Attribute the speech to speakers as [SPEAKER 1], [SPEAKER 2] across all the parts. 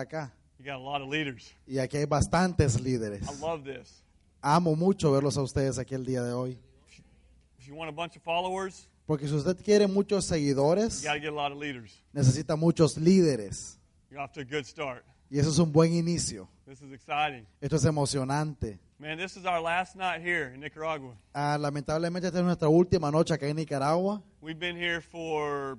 [SPEAKER 1] acá.
[SPEAKER 2] You got a lot of leaders.
[SPEAKER 1] Y aquí hay bastantes líderes.
[SPEAKER 2] I love this.
[SPEAKER 1] Amo mucho verlos a ustedes aquí el día de hoy.
[SPEAKER 2] If you want a bunch of followers,
[SPEAKER 1] Porque si usted quiere muchos seguidores,
[SPEAKER 2] you got to get a lot of leaders.
[SPEAKER 1] necesita muchos líderes.
[SPEAKER 2] You're off to a good start.
[SPEAKER 1] Y eso es un buen inicio.
[SPEAKER 2] This is exciting.
[SPEAKER 1] Esto es emocionante.
[SPEAKER 2] Man, this is our last night here in Nicaragua.
[SPEAKER 1] Ah, lamentablemente esta es nuestra última noche acá en Nicaragua.
[SPEAKER 2] We've been here for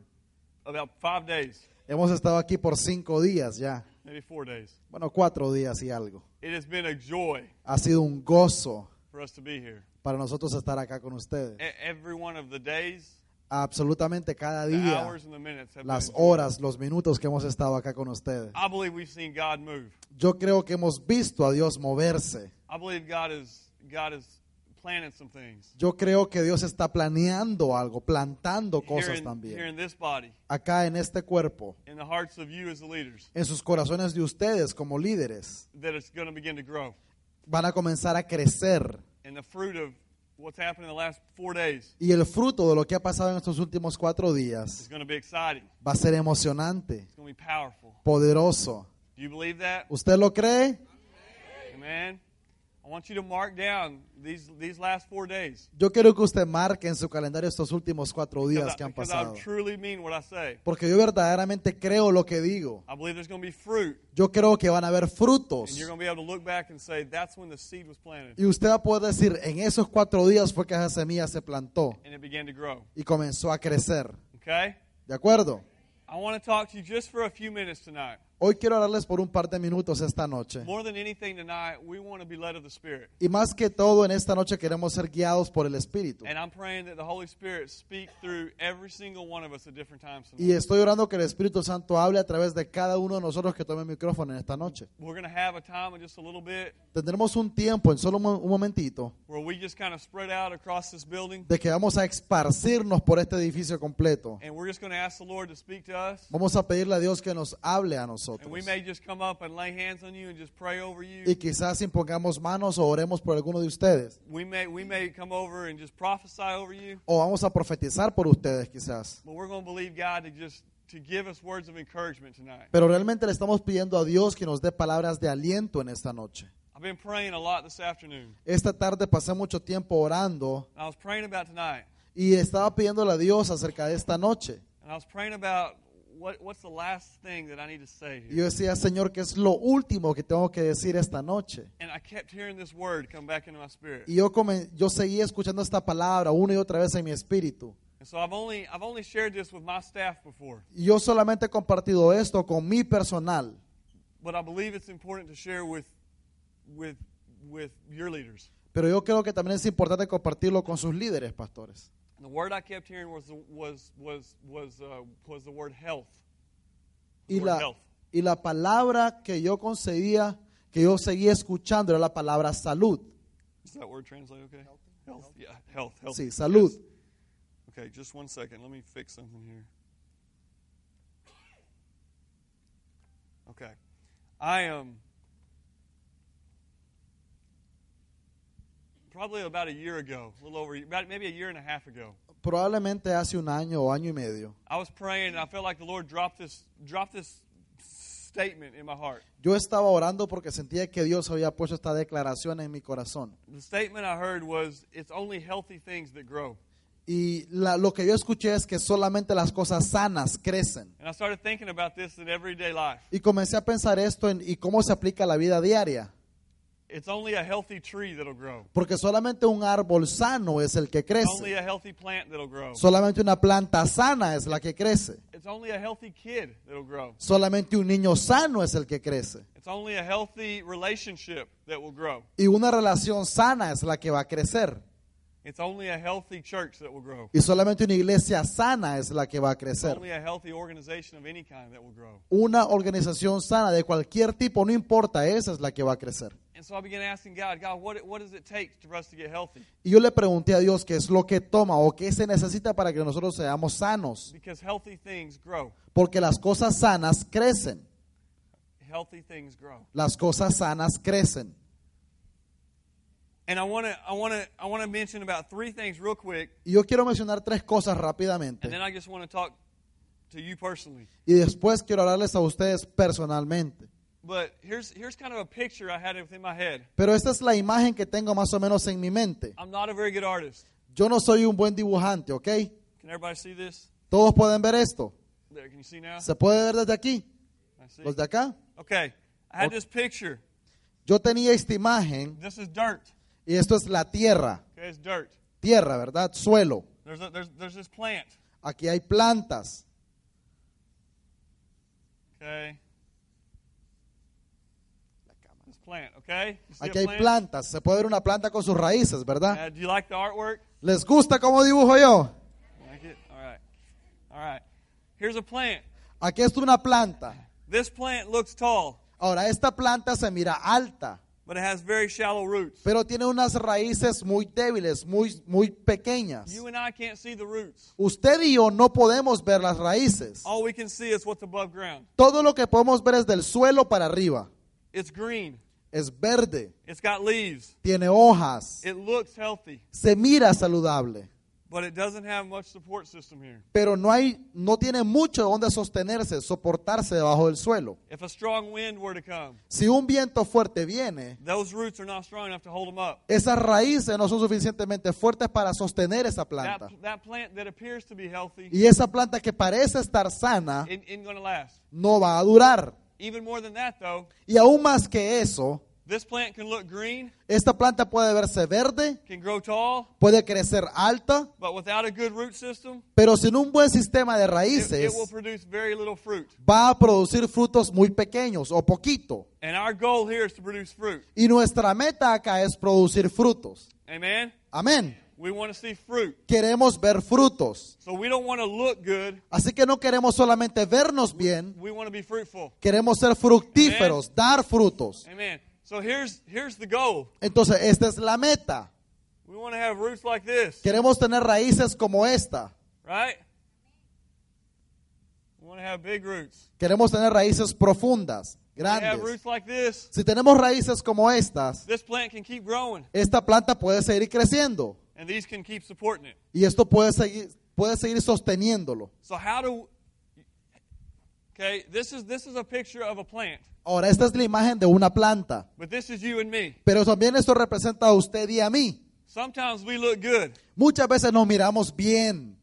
[SPEAKER 2] about five days,
[SPEAKER 1] Hemos estado aquí por cinco días ya.
[SPEAKER 2] maybe four days.
[SPEAKER 1] Bueno, cuatro días y algo.
[SPEAKER 2] It has been a joy
[SPEAKER 1] Ha sido un gozo
[SPEAKER 2] for us to be here.
[SPEAKER 1] para nosotros estar acá con ustedes.
[SPEAKER 2] E- every one of the days,
[SPEAKER 1] Absolutamente cada
[SPEAKER 2] the
[SPEAKER 1] día,
[SPEAKER 2] hours, and the minutes have
[SPEAKER 1] las
[SPEAKER 2] been.
[SPEAKER 1] horas, los minutos que hemos estado acá con ustedes.
[SPEAKER 2] I believe we've seen God move.
[SPEAKER 1] Yo creo que hemos visto a Dios moverse.
[SPEAKER 2] I believe God is God is planning some things
[SPEAKER 1] Yo creo que Dios está planeando algo, plantando
[SPEAKER 2] here,
[SPEAKER 1] cosas
[SPEAKER 2] in, here
[SPEAKER 1] también.
[SPEAKER 2] in this body,
[SPEAKER 1] Acá en este cuerpo,
[SPEAKER 2] in the hearts of you as the leaders,
[SPEAKER 1] en sus corazones de ustedes como líderes,
[SPEAKER 2] that it's going to begin to grow.
[SPEAKER 1] van a comenzar a crecer.
[SPEAKER 2] and the fruit of what's happened in the last four days
[SPEAKER 1] Y el fruto de lo que ha pasado en estos últimos cuatro días
[SPEAKER 2] is going to be exciting. It's
[SPEAKER 1] va a ser emocionante,
[SPEAKER 2] going to be powerful.
[SPEAKER 1] poderoso.
[SPEAKER 2] Do you believe that?
[SPEAKER 1] ¿Usted lo cree?
[SPEAKER 2] Amen. I want you to mark down these, these last four days.
[SPEAKER 1] Yo quiero que usted marque en su calendario estos últimos cuatro
[SPEAKER 2] Because,
[SPEAKER 1] días
[SPEAKER 2] I,
[SPEAKER 1] que han
[SPEAKER 2] because I
[SPEAKER 1] pasado.
[SPEAKER 2] truly mean what I say.
[SPEAKER 1] Porque yo verdaderamente creo lo que digo.
[SPEAKER 2] I believe there's going to be fruit,
[SPEAKER 1] Yo creo que van a haber
[SPEAKER 2] and
[SPEAKER 1] frutos.
[SPEAKER 2] you're going to be able to look back and say, that's when the seed was planted,
[SPEAKER 1] Y usted va a poder decir, en esos cuatro días fue que esa semilla se plantó
[SPEAKER 2] and it began to grow.
[SPEAKER 1] y comenzó a crecer.
[SPEAKER 2] Okay?
[SPEAKER 1] ¿De acuerdo?
[SPEAKER 2] I want to talk to you just for a few minutes tonight.
[SPEAKER 1] Hoy quiero hablarles por un par de minutos esta noche.
[SPEAKER 2] More than anything tonight, we want to be led of the Spirit.
[SPEAKER 1] Y más que todo, en esta noche queremos ser guiados por el Espíritu.
[SPEAKER 2] And I'm praying that the Holy Spirit speak through every single one of us at different times tonight.
[SPEAKER 1] Y estoy orando que el Espíritu Santo hable a través de cada uno de nosotros que tome el micrófono en esta noche.
[SPEAKER 2] We're going to have a time in just a little bit
[SPEAKER 1] Tendremos un tiempo, en solo un mo- un momentito,
[SPEAKER 2] where we just kind of spread out across this building
[SPEAKER 1] de que vamos a esparcirnos por este edificio completo.
[SPEAKER 2] and we're just going to ask the Lord to speak to us.
[SPEAKER 1] Vamos a pedirle a Dios que nos hable a nosotros.
[SPEAKER 2] And we may just come up and lay hands on you and just pray over
[SPEAKER 1] Y
[SPEAKER 2] you.
[SPEAKER 1] quizás impongamos manos o oremos por alguno de ustedes.
[SPEAKER 2] We may we may come over and just prophesy over you,
[SPEAKER 1] o vamos a profetizar por ustedes quizás.
[SPEAKER 2] but we're going to believe God to just to give us words of encouragement tonight.
[SPEAKER 1] Pero realmente le estamos pidiendo a Dios que nos dé palabras de aliento en esta noche.
[SPEAKER 2] I've been praying a lot this afternoon.
[SPEAKER 1] Esta tarde pasé mucho tiempo orando
[SPEAKER 2] And I was praying about tonight.
[SPEAKER 1] y estaba pidiéndole a Dios acerca de esta noche.
[SPEAKER 2] And I was praying about what what's the last thing that I need to say
[SPEAKER 1] Y
[SPEAKER 2] here.
[SPEAKER 1] yo decía, Señor, ¿qué es lo último que tengo que decir esta noche?
[SPEAKER 2] And I kept hearing this word come back into my spirit.
[SPEAKER 1] Y yo, comen- yo seguía escuchando esta palabra una y otra vez en mi espíritu.
[SPEAKER 2] And so I've only I've only shared this with my staff before.
[SPEAKER 1] Y yo solamente he compartido esto con mi personal,
[SPEAKER 2] but I believe it's important to share with with with your leaders.
[SPEAKER 1] pero yo creo que también es importante compartirlo con sus líderes, pastores.
[SPEAKER 2] And the word I kept hearing was was was was uh, was the word health. The
[SPEAKER 1] y
[SPEAKER 2] word
[SPEAKER 1] la,
[SPEAKER 2] health.
[SPEAKER 1] y la palabra que yo concedía, que yo seguía escuchando, era la palabra salud.
[SPEAKER 2] Is that word translated okay? Health. Yeah, health. Health.
[SPEAKER 1] Sí, salud.
[SPEAKER 2] Yes. Okay, just one second. Let me fix something here. Okay, I am probably about a year ago, a little over, about maybe a year and a half ago.
[SPEAKER 1] Probablemente hace un año o año y medio.
[SPEAKER 2] I was praying and I felt like the Lord dropped this dropped this statement in my heart.
[SPEAKER 1] Yo estaba orando porque sentía que Dios había puesto esta declaración en mi corazón.
[SPEAKER 2] The statement I heard was it's only healthy things that grow.
[SPEAKER 1] Y la- lo que yo escuché es que solamente las cosas sanas crecen.
[SPEAKER 2] And I started thinking about this in everyday life.
[SPEAKER 1] Y comencé a pensar esto en y cómo se aplica a la vida diaria.
[SPEAKER 2] It's only a healthy tree that'll grow.
[SPEAKER 1] Porque solamente un árbol sano es el que
[SPEAKER 2] It's only
[SPEAKER 1] crece.
[SPEAKER 2] a healthy plant that'll grow.
[SPEAKER 1] Solamente una planta sana es la que crece.
[SPEAKER 2] It's only a healthy kid that'll grow.
[SPEAKER 1] Solamente un niño sano es el que crece.
[SPEAKER 2] It's only a healthy relationship that will grow.
[SPEAKER 1] Y una relación sana es la que va a crecer.
[SPEAKER 2] It's only a healthy church that will grow.
[SPEAKER 1] Y solamente una iglesia sana es la que va a
[SPEAKER 2] It's
[SPEAKER 1] crecer.
[SPEAKER 2] only a healthy organization of any kind that will grow.
[SPEAKER 1] Una organización sana de cualquier tipo, no importa, esa es la que va a crecer.
[SPEAKER 2] And so I began asking God, God, what, what does it take for us to get healthy?
[SPEAKER 1] Y yo le pregunté a Dios qué es lo que toma o qué se necesita para que nosotros seamos sanos,
[SPEAKER 2] Because healthy things grow.
[SPEAKER 1] porque las cosas sanas crecen,
[SPEAKER 2] Healthy things grow.
[SPEAKER 1] las cosas sanas crecen.
[SPEAKER 2] And I want to I want to I want to mention about three things real quick,
[SPEAKER 1] Y yo quiero mencionar tres cosas rápidamente
[SPEAKER 2] and then I just want to talk to you personally.
[SPEAKER 1] y después quiero hablarles a ustedes personalmente.
[SPEAKER 2] But here's here's kind of a picture I had within my head.
[SPEAKER 1] Pero esta es la imagen que tengo más o menos en mi mente.
[SPEAKER 2] I'm not a very good artist.
[SPEAKER 1] Yo no soy un buen dibujante, ¿ok?
[SPEAKER 2] Can everybody see this?
[SPEAKER 1] Todos pueden ver esto.
[SPEAKER 2] There, can you see now?
[SPEAKER 1] ¿Se puede ver desde aquí?
[SPEAKER 2] I see.
[SPEAKER 1] ¿Los de acá?
[SPEAKER 2] Okay. I had this picture.
[SPEAKER 1] Yo tenía esta imagen
[SPEAKER 2] This is dirt.
[SPEAKER 1] y esto es la tierra.
[SPEAKER 2] Okay, it's dirt.
[SPEAKER 1] Tierra, ¿verdad? Suelo.
[SPEAKER 2] There's a, there's there's this plant.
[SPEAKER 1] Aquí hay plantas.
[SPEAKER 2] Okay. This plant, okay? You see
[SPEAKER 1] Aquí
[SPEAKER 2] a
[SPEAKER 1] hay
[SPEAKER 2] plant?
[SPEAKER 1] plantas. Se puede ver una planta con sus raíces, ¿verdad?
[SPEAKER 2] Uh, do you like the artwork?
[SPEAKER 1] ¿Les gusta cómo dibujo yo?
[SPEAKER 2] Like it? All right. All right. Here's a plant.
[SPEAKER 1] Aquí está una planta.
[SPEAKER 2] This plant looks tall,
[SPEAKER 1] Ahora, esta planta se mira alta,
[SPEAKER 2] but it has very shallow roots.
[SPEAKER 1] pero tiene unas raíces muy débiles, muy, muy pequeñas.
[SPEAKER 2] You and I can't see the roots.
[SPEAKER 1] Usted y yo no podemos ver las raíces.
[SPEAKER 2] All we can see is what's above ground.
[SPEAKER 1] Todo lo que podemos ver es del suelo para arriba.
[SPEAKER 2] It's green.
[SPEAKER 1] Es verde,
[SPEAKER 2] It's got leaves.
[SPEAKER 1] tiene hojas,
[SPEAKER 2] It looks healthy,
[SPEAKER 1] se mira saludable,
[SPEAKER 2] but it doesn't have much support system here.
[SPEAKER 1] pero no hay no tiene mucho donde sostenerse, soportarse debajo del suelo.
[SPEAKER 2] If a strong wind were to come,
[SPEAKER 1] Si un viento fuerte viene,
[SPEAKER 2] those roots are not strong enough to hold them up.
[SPEAKER 1] esas raíces no son suficientemente fuertes para sostener esa
[SPEAKER 2] That,
[SPEAKER 1] planta.
[SPEAKER 2] that plant that appears to be healthy
[SPEAKER 1] Y esa planta que parece estar sana
[SPEAKER 2] isn't, isn't going to last.
[SPEAKER 1] no va a durar.
[SPEAKER 2] Even more than that, though,
[SPEAKER 1] Y aún más que eso,
[SPEAKER 2] this plant can look green,
[SPEAKER 1] esta planta puede verse verde,
[SPEAKER 2] can grow tall,
[SPEAKER 1] puede crecer alta,
[SPEAKER 2] but without a good root system,
[SPEAKER 1] pero sin un buen sistema de
[SPEAKER 2] it,
[SPEAKER 1] raíces
[SPEAKER 2] it will produce very little fruit.
[SPEAKER 1] va a producir frutos muy pequeños o poquito.
[SPEAKER 2] And our goal here is to produce fruit.
[SPEAKER 1] Y nuestra meta acá es producir frutos.
[SPEAKER 2] Amen?
[SPEAKER 1] Amén.
[SPEAKER 2] We want to see fruit.
[SPEAKER 1] Queremos ver frutos.
[SPEAKER 2] So we don't want to look good.
[SPEAKER 1] Así que no queremos solamente vernos bien,
[SPEAKER 2] We want to be fruitful.
[SPEAKER 1] queremos ser fructíferos, dar frutos.
[SPEAKER 2] Amen. So here's here's the goal.
[SPEAKER 1] Entonces, esta es la meta.
[SPEAKER 2] We want to have roots like this,
[SPEAKER 1] Queremos tener raíces como esta.
[SPEAKER 2] right? We want to have big roots.
[SPEAKER 1] Queremos tener raíces profundas,
[SPEAKER 2] We have
[SPEAKER 1] grandes.
[SPEAKER 2] roots like this.
[SPEAKER 1] Si tenemos raíces como estas,
[SPEAKER 2] This plant can keep growing,
[SPEAKER 1] esta planta puede seguir creciendo
[SPEAKER 2] and these can keep supporting it.
[SPEAKER 1] y esto puede seguir, puede seguir sosteniéndolo.
[SPEAKER 2] So how do? Okay, this is this is a picture of a plant,
[SPEAKER 1] Ahora, esta es la imagen de una planta,
[SPEAKER 2] but this is you and me.
[SPEAKER 1] pero también esto representa a usted y a mí.
[SPEAKER 2] Sometimes we look good,
[SPEAKER 1] Muchas veces nos miramos bien,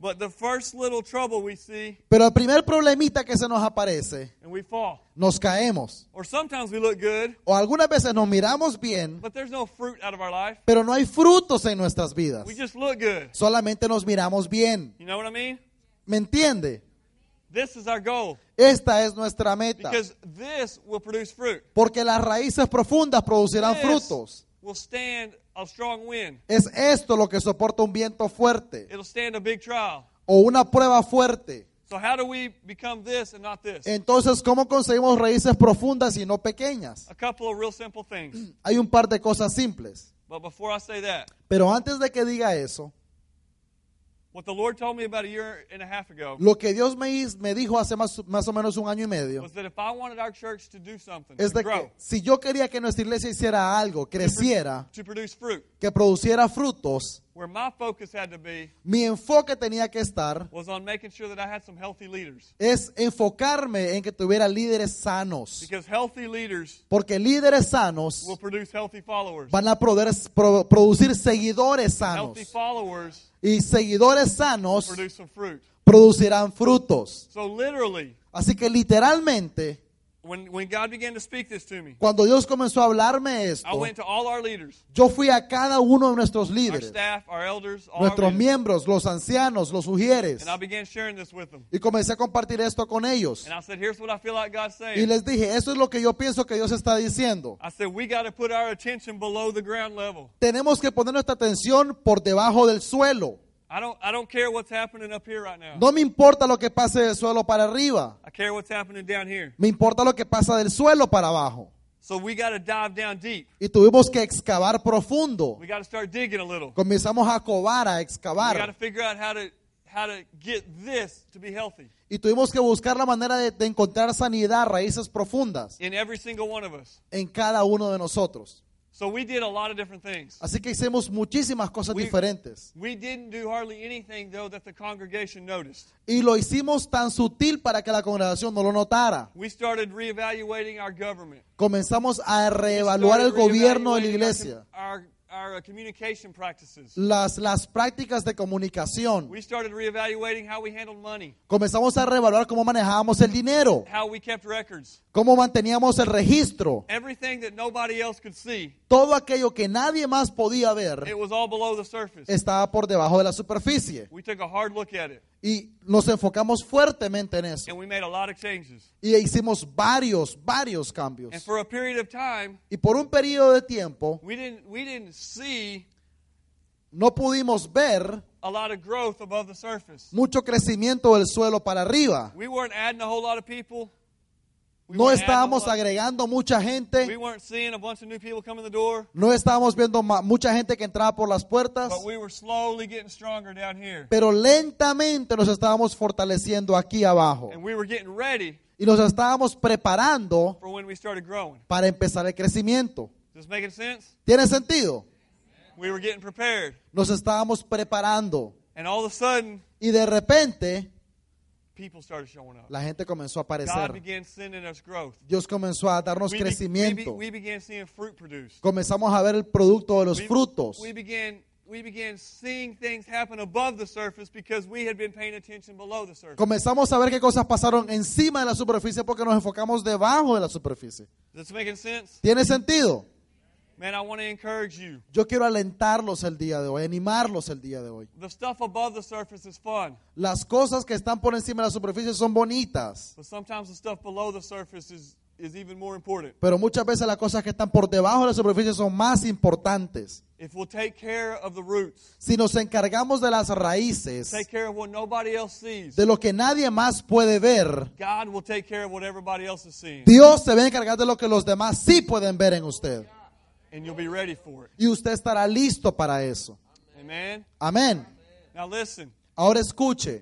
[SPEAKER 2] but the first little trouble we see,
[SPEAKER 1] pero el primer problemita que se nos aparece,
[SPEAKER 2] and we fall.
[SPEAKER 1] nos caemos.
[SPEAKER 2] Or sometimes we look good,
[SPEAKER 1] O algunas veces nos miramos bien,
[SPEAKER 2] but there's no fruit out of our life.
[SPEAKER 1] pero no hay frutos en nuestras vidas.
[SPEAKER 2] We just look good.
[SPEAKER 1] Solamente nos miramos bien.
[SPEAKER 2] You know what I mean?
[SPEAKER 1] ¿Me entiende?
[SPEAKER 2] This is our goal
[SPEAKER 1] Esta es nuestra meta.
[SPEAKER 2] because this will produce fruit.
[SPEAKER 1] Porque las raíces profundas producirán
[SPEAKER 2] This
[SPEAKER 1] frutos.
[SPEAKER 2] will stand a strong wind.
[SPEAKER 1] Es esto lo que soporta un viento fuerte
[SPEAKER 2] It'll stand a big trial.
[SPEAKER 1] o una prueba fuerte.
[SPEAKER 2] So how do we become this and not this?
[SPEAKER 1] Entonces, ¿cómo conseguimos raíces profundas y no pequeñas?
[SPEAKER 2] A couple of real simple things.
[SPEAKER 1] Hay un par de cosas simples.
[SPEAKER 2] But before I say that,
[SPEAKER 1] Pero antes de que diga eso,
[SPEAKER 2] what the Lord told me about a year and a half ago
[SPEAKER 1] lo que Dios me, hiz- me dijo hace más, más o menos un año y medio
[SPEAKER 2] was that if I wanted our church to do something,
[SPEAKER 1] es
[SPEAKER 2] to
[SPEAKER 1] de
[SPEAKER 2] grow,
[SPEAKER 1] que si yo quería que nuestra iglesia hiciera algo, creciera,
[SPEAKER 2] to produce fruit,
[SPEAKER 1] que produciera frutos,
[SPEAKER 2] where my focus had to be
[SPEAKER 1] mi enfoque tenía que estar
[SPEAKER 2] was on making sure that I had some healthy leaders.
[SPEAKER 1] es enfocarme en que tuviera líderes sanos.
[SPEAKER 2] Because healthy leaders
[SPEAKER 1] Porque líderes sanos
[SPEAKER 2] will produce healthy followers.
[SPEAKER 1] van a poder s- pro- producir seguidores
[SPEAKER 2] Healthy
[SPEAKER 1] sanos.
[SPEAKER 2] followers
[SPEAKER 1] Y seguidores sanos
[SPEAKER 2] produce some fruit.
[SPEAKER 1] producirán frutos.
[SPEAKER 2] So literally,
[SPEAKER 1] Así que literalmente
[SPEAKER 2] When, when God began to speak this to me,
[SPEAKER 1] Cuando Dios comenzó a hablarme esto,
[SPEAKER 2] I went to all our leaders,
[SPEAKER 1] yo fui a cada uno de nuestros
[SPEAKER 2] our
[SPEAKER 1] líderes,
[SPEAKER 2] staff, our elders, all our
[SPEAKER 1] nuestros
[SPEAKER 2] leaders,
[SPEAKER 1] miembros, los ancianos, los sugieres,
[SPEAKER 2] and I began sharing this with them.
[SPEAKER 1] y comencé a compartir esto con ellos.
[SPEAKER 2] And I said, here's what I feel like God's
[SPEAKER 1] Y
[SPEAKER 2] saying.
[SPEAKER 1] les dije, eso es lo que yo pienso que Dios está diciendo.
[SPEAKER 2] I said, we got to put our attention below the ground level.
[SPEAKER 1] Tenemos que poner nuestra atención por debajo del suelo.
[SPEAKER 2] I don't, I don't care what's happening up here right now.
[SPEAKER 1] No me importa lo que pase del suelo para arriba,
[SPEAKER 2] I care what's happening down here.
[SPEAKER 1] me importa lo que pasa del suelo para abajo.
[SPEAKER 2] So we got to dive down deep.
[SPEAKER 1] Y tuvimos que excavar profundo.
[SPEAKER 2] We got to start digging a little.
[SPEAKER 1] Comenzamos a cobar, a
[SPEAKER 2] We got to
[SPEAKER 1] excavar.
[SPEAKER 2] figure out how to how to get this to be healthy
[SPEAKER 1] Y tuvimos que buscar la manera de, de encontrar sanidad, raíces profundas
[SPEAKER 2] in every single one of us.
[SPEAKER 1] en cada uno de nosotros.
[SPEAKER 2] So we did a lot of different things.
[SPEAKER 1] Así que hicimos muchísimas cosas
[SPEAKER 2] We-
[SPEAKER 1] diferentes.
[SPEAKER 2] We didn't do hardly anything though that the congregation noticed.
[SPEAKER 1] Y lo hicimos tan sutil para que la congregación no lo notara.
[SPEAKER 2] We started reevaluating our government.
[SPEAKER 1] Comenzamos a
[SPEAKER 2] We
[SPEAKER 1] reevaluar el
[SPEAKER 2] started
[SPEAKER 1] gobierno de la
[SPEAKER 2] reevaluating
[SPEAKER 1] iglesia,
[SPEAKER 2] Our, com- our, our, uh, communication practices.
[SPEAKER 1] las, las prácticas de comunicación.
[SPEAKER 2] We started reevaluating how we handled money,
[SPEAKER 1] Comenzamos a reevaluar cómo manejábamos el dinero,
[SPEAKER 2] how we kept records,
[SPEAKER 1] cómo manteníamos el registro.
[SPEAKER 2] everything that nobody else could see.
[SPEAKER 1] Todo aquello que nadie más podía ver
[SPEAKER 2] It was all below the surface.
[SPEAKER 1] estaba por debajo de la superficie.
[SPEAKER 2] We took a hard look at it
[SPEAKER 1] Y nos enfocamos fuertemente en eso.
[SPEAKER 2] and we made a lot of changes.
[SPEAKER 1] Y hicimos varios, varios cambios.
[SPEAKER 2] And for a period of time,
[SPEAKER 1] Y por un periodo de tiempo
[SPEAKER 2] we didn't we didn't see
[SPEAKER 1] no pudimos ver
[SPEAKER 2] a lot of growth above the surface.
[SPEAKER 1] mucho crecimiento del suelo para arriba.
[SPEAKER 2] We weren't adding a whole lot of people. We
[SPEAKER 1] No
[SPEAKER 2] weren't adding a
[SPEAKER 1] estábamos
[SPEAKER 2] lot-
[SPEAKER 1] agregando mucha
[SPEAKER 2] We
[SPEAKER 1] gente.
[SPEAKER 2] weren't seeing a bunch of new people come in the door,
[SPEAKER 1] No estábamos viendo ma- mucha gente que entraba por las puertas.
[SPEAKER 2] but we were slowly getting stronger down here.
[SPEAKER 1] Pero lentamente nos estábamos fortaleciendo aquí abajo.
[SPEAKER 2] And we were getting ready
[SPEAKER 1] Y nos estábamos preparando
[SPEAKER 2] for when we started growing.
[SPEAKER 1] para empezar el crecimiento.
[SPEAKER 2] Does this making sense?
[SPEAKER 1] ¿Tiene sentido?
[SPEAKER 2] We were getting prepared.
[SPEAKER 1] Nos estábamos preparando.
[SPEAKER 2] And all of a sudden,
[SPEAKER 1] Y de repente
[SPEAKER 2] people started showing up.
[SPEAKER 1] la gente comenzó a
[SPEAKER 2] God
[SPEAKER 1] aparecer.
[SPEAKER 2] began sending us growth.
[SPEAKER 1] Dios comenzó a darnos
[SPEAKER 2] We, be- we, be-
[SPEAKER 1] crecimiento.
[SPEAKER 2] we began seeing fruit produced.
[SPEAKER 1] Comenzamos a ver el producto de los
[SPEAKER 2] We-
[SPEAKER 1] frutos.
[SPEAKER 2] We began, we began seeing things happen above the surface because we had been paying attention below the surface.
[SPEAKER 1] Comenzamos a ver qué cosas pasaron encima de la superficie porque nos enfocamos debajo de la superficie.
[SPEAKER 2] Is this making sense?
[SPEAKER 1] ¿Tiene sentido?
[SPEAKER 2] Man, I want to encourage you.
[SPEAKER 1] Yo quiero alentarlos el día de hoy, animarlos el día de hoy.
[SPEAKER 2] The stuff above the surface is fun,
[SPEAKER 1] Las cosas que están por encima de la superficie son bonitas,
[SPEAKER 2] but sometimes the stuff below the surface is, is even more important.
[SPEAKER 1] pero muchas veces las cosas que están por debajo de la superficie son más importantes.
[SPEAKER 2] If we'll take care of the roots,
[SPEAKER 1] Si nos encargamos de las raíces,
[SPEAKER 2] take care of what nobody else sees,
[SPEAKER 1] de lo que nadie más puede ver,
[SPEAKER 2] God will take care of what everybody else is seeing,
[SPEAKER 1] Dios se va a encargar de lo que los demás sí pueden ver en usted.
[SPEAKER 2] and you'll be ready for it.
[SPEAKER 1] Y usted estará listo para eso.
[SPEAKER 2] Amen.
[SPEAKER 1] Amén.
[SPEAKER 2] Now listen,
[SPEAKER 1] Ahora escuche.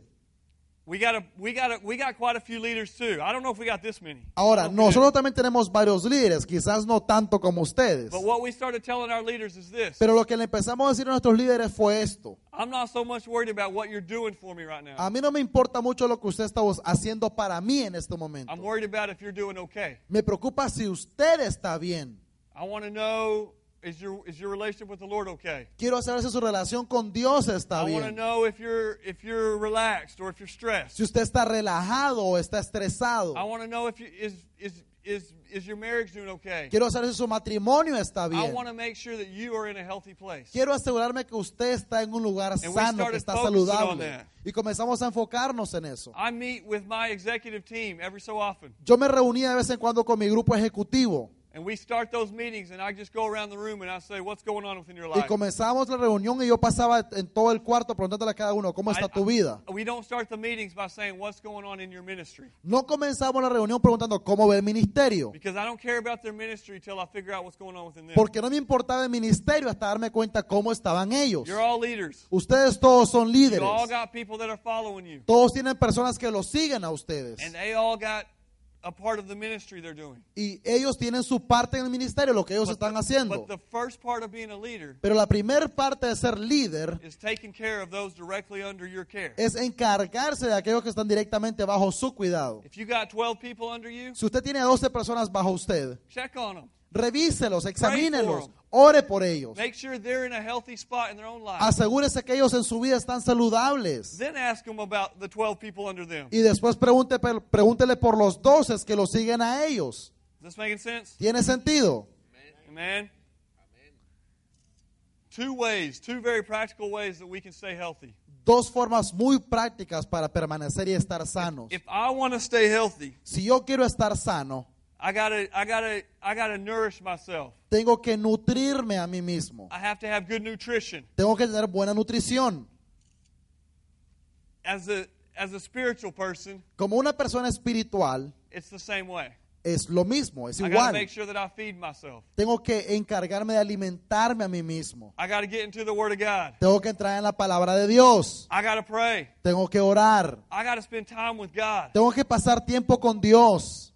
[SPEAKER 2] we got a, we got a, we got quite a few leaders too. I don't know if we got this many.
[SPEAKER 1] Ahora,
[SPEAKER 2] Okay.
[SPEAKER 1] nosotros también tenemos varios líderes, quizás no tanto como ustedes.
[SPEAKER 2] But what we started telling our leaders is this.
[SPEAKER 1] Pero lo que le empezamos a decir a nuestros líderes fue esto.
[SPEAKER 2] I'm not so much worried about what you're doing for me right now.
[SPEAKER 1] A mí no me importa mucho lo que usted está haciendo para mí en este momento.
[SPEAKER 2] I'm worried about if you're doing okay.
[SPEAKER 1] Me preocupa si usted está bien.
[SPEAKER 2] I want to know is your is your relationship with the Lord okay?
[SPEAKER 1] Quiero saber si su relación con Dios está
[SPEAKER 2] I want to
[SPEAKER 1] bien.
[SPEAKER 2] know if you're if you're relaxed or if you're stressed.
[SPEAKER 1] Si usted está relajado o está estresado.
[SPEAKER 2] I want to know if you is is is is your marriage doing okay?
[SPEAKER 1] Quiero saber si su matrimonio está
[SPEAKER 2] I
[SPEAKER 1] bien.
[SPEAKER 2] want to make sure that you are in a healthy place.
[SPEAKER 1] Quiero asegurarme que usted está en un lugar
[SPEAKER 2] we
[SPEAKER 1] sano, que
[SPEAKER 2] started
[SPEAKER 1] está
[SPEAKER 2] focusing on
[SPEAKER 1] saludable.
[SPEAKER 2] that.
[SPEAKER 1] Y comenzamos a enfocarnos en eso.
[SPEAKER 2] I meet with my executive team every so often,
[SPEAKER 1] Yo me reunía de vez en cuando con mi grupo ejecutivo
[SPEAKER 2] and we start those meetings, and I just go around the room and I say, "What's going on within your
[SPEAKER 1] y
[SPEAKER 2] life?"
[SPEAKER 1] comenzamos la reunión y yo pasaba en todo el cuarto preguntándole a cada uno, ¿cómo
[SPEAKER 2] I-
[SPEAKER 1] está tu vida?
[SPEAKER 2] I- we don't start the meetings by saying, "What's going on in your ministry?"
[SPEAKER 1] No comenzamos la reunión preguntando cómo ve el ministerio,
[SPEAKER 2] Because I don't care about their ministry till I figure out what's going on within them.
[SPEAKER 1] porque no me importaba el ministerio hasta darme cuenta cómo estaban ellos.
[SPEAKER 2] You're all leaders.
[SPEAKER 1] Ustedes todos son
[SPEAKER 2] You
[SPEAKER 1] líderes,
[SPEAKER 2] all got people that are following you.
[SPEAKER 1] todos tienen personas que los siguen a ustedes
[SPEAKER 2] And they all got a part of the ministry they're doing.
[SPEAKER 1] y ellos tienen su parte en el ministerio, lo que ellos están haciendo.
[SPEAKER 2] But the first part of being a leader
[SPEAKER 1] Pero la primera parte de ser líder
[SPEAKER 2] is taking care of those directly under your care.
[SPEAKER 1] es encargarse de aquellos que están directamente bajo su cuidado.
[SPEAKER 2] If you got 12 people under you,
[SPEAKER 1] Si usted tiene 12 personas bajo usted,
[SPEAKER 2] check on them.
[SPEAKER 1] revíselos, examínelos,
[SPEAKER 2] them.
[SPEAKER 1] ore por ellos.
[SPEAKER 2] 'em. Make sure they're in a healthy spot in their own life.
[SPEAKER 1] Asegúrese que ellos en su vida están saludables.
[SPEAKER 2] Then ask them about the 12 people under them.
[SPEAKER 1] Y después pregunte- per- pregúntele por los doces que los siguen a ellos.
[SPEAKER 2] Is this making sense?
[SPEAKER 1] ¿Tiene sentido?
[SPEAKER 2] Amen. Two ways, two very practical ways that we can stay healthy.
[SPEAKER 1] Dos formas muy prácticas para permanecer y estar sanos.
[SPEAKER 2] If I want to stay healthy,
[SPEAKER 1] Si yo quiero estar sano,
[SPEAKER 2] I gotta, I gotta, I gotta nourish myself.
[SPEAKER 1] tengo que nutrirme a mí mismo.
[SPEAKER 2] I have to have good nutrition.
[SPEAKER 1] Tengo que tener buena nutrición.
[SPEAKER 2] As a, as a spiritual person,
[SPEAKER 1] Como una persona espiritual,
[SPEAKER 2] it's the same way.
[SPEAKER 1] es lo mismo, es
[SPEAKER 2] I gotta
[SPEAKER 1] igual.
[SPEAKER 2] make sure that I feed myself.
[SPEAKER 1] Tengo que encargarme de alimentarme a mí mismo.
[SPEAKER 2] I gotta get into the Word of God.
[SPEAKER 1] Tengo que entrar en la palabra de Dios.
[SPEAKER 2] I gotta pray.
[SPEAKER 1] Tengo que orar.
[SPEAKER 2] I gotta spend time with God.
[SPEAKER 1] Tengo que pasar tiempo con Dios.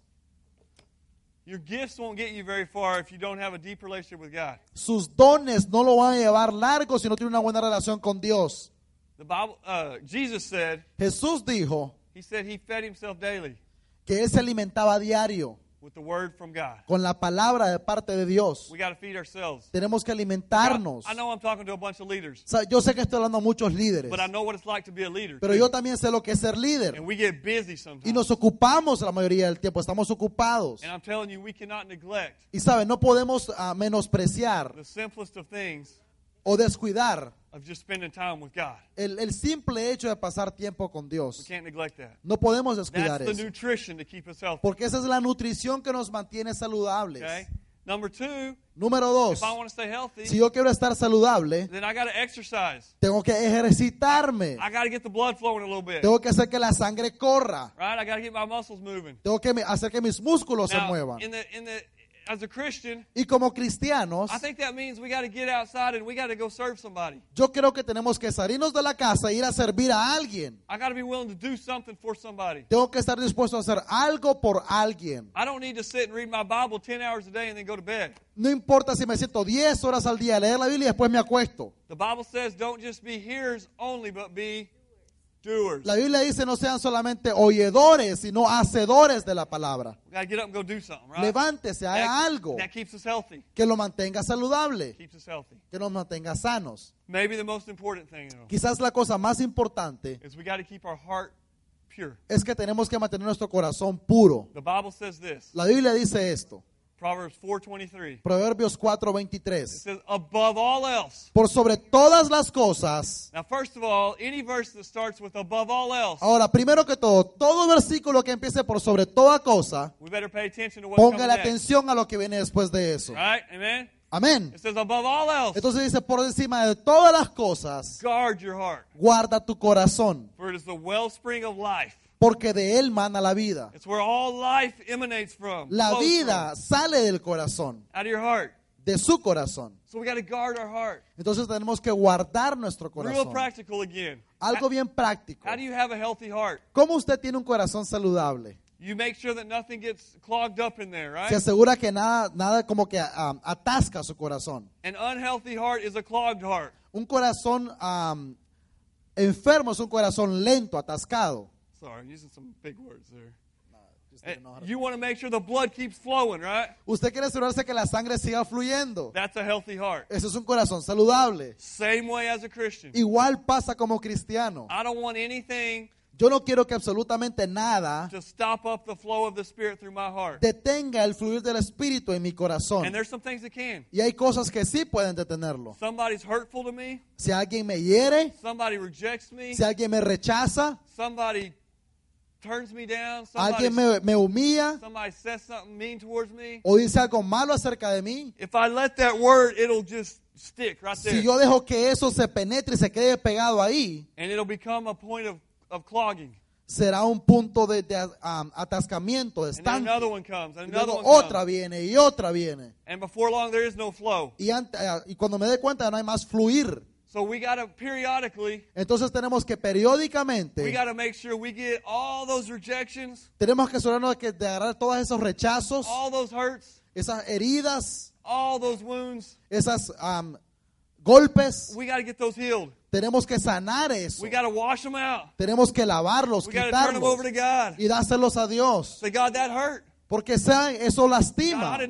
[SPEAKER 2] Your gifts won't get you very far if you don't have a deep relationship with God.
[SPEAKER 1] Sus dones no lo van a llevar largo si no tiene una buena relación con Dios.
[SPEAKER 2] The Bible, uh, Jesus said,
[SPEAKER 1] Jesús dijo
[SPEAKER 2] He said He fed Himself daily
[SPEAKER 1] que Él se alimentaba a diario
[SPEAKER 2] with the Word from God.
[SPEAKER 1] con la palabra de parte de Dios.
[SPEAKER 2] We gotta feed ourselves.
[SPEAKER 1] Tenemos que
[SPEAKER 2] I,
[SPEAKER 1] alimentarnos.
[SPEAKER 2] I know I'm talking to a bunch of leaders,
[SPEAKER 1] O sea, yo sé que estoy hablando a muchos líderes,
[SPEAKER 2] but I know what it's like to be a leader.
[SPEAKER 1] pero
[SPEAKER 2] too.
[SPEAKER 1] yo también sé lo que es ser líder.
[SPEAKER 2] And we get busy
[SPEAKER 1] Y
[SPEAKER 2] sometimes.
[SPEAKER 1] nos ocupamos la mayoría del tiempo, estamos ocupados.
[SPEAKER 2] And I'm telling you, we cannot neglect
[SPEAKER 1] Y saben, no podemos ah, menospreciar
[SPEAKER 2] the simplest of things
[SPEAKER 1] o descuidar
[SPEAKER 2] of just spending time with God.
[SPEAKER 1] el, el simple hecho de pasar tiempo con
[SPEAKER 2] We
[SPEAKER 1] Dios.
[SPEAKER 2] can't neglect that.
[SPEAKER 1] No podemos descuidar
[SPEAKER 2] That's
[SPEAKER 1] eso.
[SPEAKER 2] the nutrition to keep us healthy.
[SPEAKER 1] Porque esa es la nutrición que nos mantiene saludables.
[SPEAKER 2] Okay? Number two,
[SPEAKER 1] Número dos,
[SPEAKER 2] if I want to stay
[SPEAKER 1] si
[SPEAKER 2] healthy,
[SPEAKER 1] yo quiero estar saludable,
[SPEAKER 2] then I got to exercise.
[SPEAKER 1] tengo que ejercitarme.
[SPEAKER 2] I got to get the blood flowing a little bit.
[SPEAKER 1] Tengo que hacer que la sangre corra.
[SPEAKER 2] Right? I got to get my muscles moving.
[SPEAKER 1] Tengo que me- hacer que mis músculos se
[SPEAKER 2] Now,
[SPEAKER 1] muevan.
[SPEAKER 2] in the in the as a Christian,
[SPEAKER 1] Y como cristianos,
[SPEAKER 2] I think that means we got to get outside and we got to go serve somebody.
[SPEAKER 1] yo creo que tenemos que salirnos de la casa e ir a servir a alguien.
[SPEAKER 2] I got to be willing to do something for somebody.
[SPEAKER 1] Tengo que estar dispuesto a hacer algo por alguien.
[SPEAKER 2] I don't need to sit and read my Bible 10 hours a day and then go to bed.
[SPEAKER 1] No importa si me siento 10 horas al día a leer la Biblia y después me acuesto.
[SPEAKER 2] The Bible says, don't just be hearers only, but be doers.
[SPEAKER 1] La Biblia dice no sean solamente oidores, sino hacedores de la palabra.
[SPEAKER 2] we got to get up and go do something, right?
[SPEAKER 1] Levántese, haga
[SPEAKER 2] that,
[SPEAKER 1] algo
[SPEAKER 2] that keeps us healthy.
[SPEAKER 1] que lo mantenga saludable,
[SPEAKER 2] Keeps us healthy.
[SPEAKER 1] que nos mantenga sanos.
[SPEAKER 2] Maybe the most important thing, though,
[SPEAKER 1] Quizás la cosa más importante
[SPEAKER 2] is we got to keep our heart pure.
[SPEAKER 1] es que tenemos que mantener nuestro corazón puro.
[SPEAKER 2] The Bible says this,
[SPEAKER 1] La Biblia dice esto,
[SPEAKER 2] Proverbs 4.23.
[SPEAKER 1] Proverbios
[SPEAKER 2] It
[SPEAKER 1] 4:23.
[SPEAKER 2] says, above all else.
[SPEAKER 1] Por sobre todas las cosas.
[SPEAKER 2] Now, first of all, any verse that starts with above all else,
[SPEAKER 1] Ahora, primero que todo, todo versículo que empiece por sobre toda cosa,
[SPEAKER 2] we better pay attention to what's
[SPEAKER 1] póngale
[SPEAKER 2] coming next.
[SPEAKER 1] atención a lo que viene después de eso.
[SPEAKER 2] Right? Amen?
[SPEAKER 1] Amén.
[SPEAKER 2] It says, above all else,
[SPEAKER 1] Entonces dice, por encima de todas las cosas,
[SPEAKER 2] guard your heart,
[SPEAKER 1] guarda tu corazón,
[SPEAKER 2] for it is the wellspring of life.
[SPEAKER 1] porque de él mana la vida.
[SPEAKER 2] It's where all life emanates from.
[SPEAKER 1] La
[SPEAKER 2] flows
[SPEAKER 1] vida sale del corazón,
[SPEAKER 2] from, out of your heart.
[SPEAKER 1] de su corazón.
[SPEAKER 2] So we got to guard our heart.
[SPEAKER 1] Entonces tenemos que guardar nuestro
[SPEAKER 2] Real
[SPEAKER 1] corazón.
[SPEAKER 2] practical again.
[SPEAKER 1] Algo bien práctico.
[SPEAKER 2] How do you have a healthy heart?
[SPEAKER 1] ¿Cómo usted tiene un corazón saludable?
[SPEAKER 2] You make sure that nothing gets clogged up in there,
[SPEAKER 1] Se
[SPEAKER 2] right?
[SPEAKER 1] asegura que nada, nada como que ah, atasca su corazón.
[SPEAKER 2] An unhealthy heart is a clogged heart.
[SPEAKER 1] Un corazón am, enfermo es un corazón lento, atascado.
[SPEAKER 2] Sorry, I'm using some big words there. And you want to make sure the blood keeps flowing, right?
[SPEAKER 1] Usted quiere asegurarse que la sangre siga fluyendo.
[SPEAKER 2] That's a healthy heart.
[SPEAKER 1] Ese es un corazón saludable.
[SPEAKER 2] Same way as a Christian.
[SPEAKER 1] Igual pasa como cristiano.
[SPEAKER 2] I don't want anything
[SPEAKER 1] Yo no quiero que absolutamente nada
[SPEAKER 2] to stop up the flow of the Spirit through my heart.
[SPEAKER 1] detenga el fluir del Espíritu en mi corazón.
[SPEAKER 2] And there's some things that can.
[SPEAKER 1] Y hay cosas que sí pueden detenerlo.
[SPEAKER 2] Somebody's hurtful to me.
[SPEAKER 1] Si alguien me hiere,
[SPEAKER 2] Somebody rejects me.
[SPEAKER 1] si alguien me rechaza,
[SPEAKER 2] somebody turns me down, somebody,
[SPEAKER 1] alguien me, me humilla
[SPEAKER 2] somebody says something mean towards me,
[SPEAKER 1] o dice algo malo acerca de mí,
[SPEAKER 2] if I let that word, it'll just stick right there.
[SPEAKER 1] si yo dejo que eso se penetre y se quede pegado ahí,
[SPEAKER 2] and it'll become a point of, of clogging.
[SPEAKER 1] será un punto de, de, um, atascamiento, de
[SPEAKER 2] And then
[SPEAKER 1] estanque.
[SPEAKER 2] another one comes, and
[SPEAKER 1] Y
[SPEAKER 2] another
[SPEAKER 1] luego
[SPEAKER 2] one
[SPEAKER 1] otra
[SPEAKER 2] comes.
[SPEAKER 1] viene y otra viene.
[SPEAKER 2] And before long, there is no flow.
[SPEAKER 1] Y, ante- ah, y cuando me dé cuenta no hay más fluir.
[SPEAKER 2] So we got to periodically,
[SPEAKER 1] Entonces tenemos que
[SPEAKER 2] we
[SPEAKER 1] periódicamente,
[SPEAKER 2] got to make sure we get all those rejections,
[SPEAKER 1] tenemos que asegurarnos de, que, de agarrar todos esos rechazos,
[SPEAKER 2] all those hurts,
[SPEAKER 1] esas heridas,
[SPEAKER 2] all those wounds.
[SPEAKER 1] esas am, golpes.
[SPEAKER 2] We got to get those healed.
[SPEAKER 1] Tenemos que sanar eso.
[SPEAKER 2] We got to wash them out.
[SPEAKER 1] Tenemos que lavarlos,
[SPEAKER 2] We got to turn them
[SPEAKER 1] quitarlos
[SPEAKER 2] over to God.
[SPEAKER 1] y dárselos a Dios.
[SPEAKER 2] Say, God, that hurt.
[SPEAKER 1] Porque ¿saben? eso
[SPEAKER 2] God, I did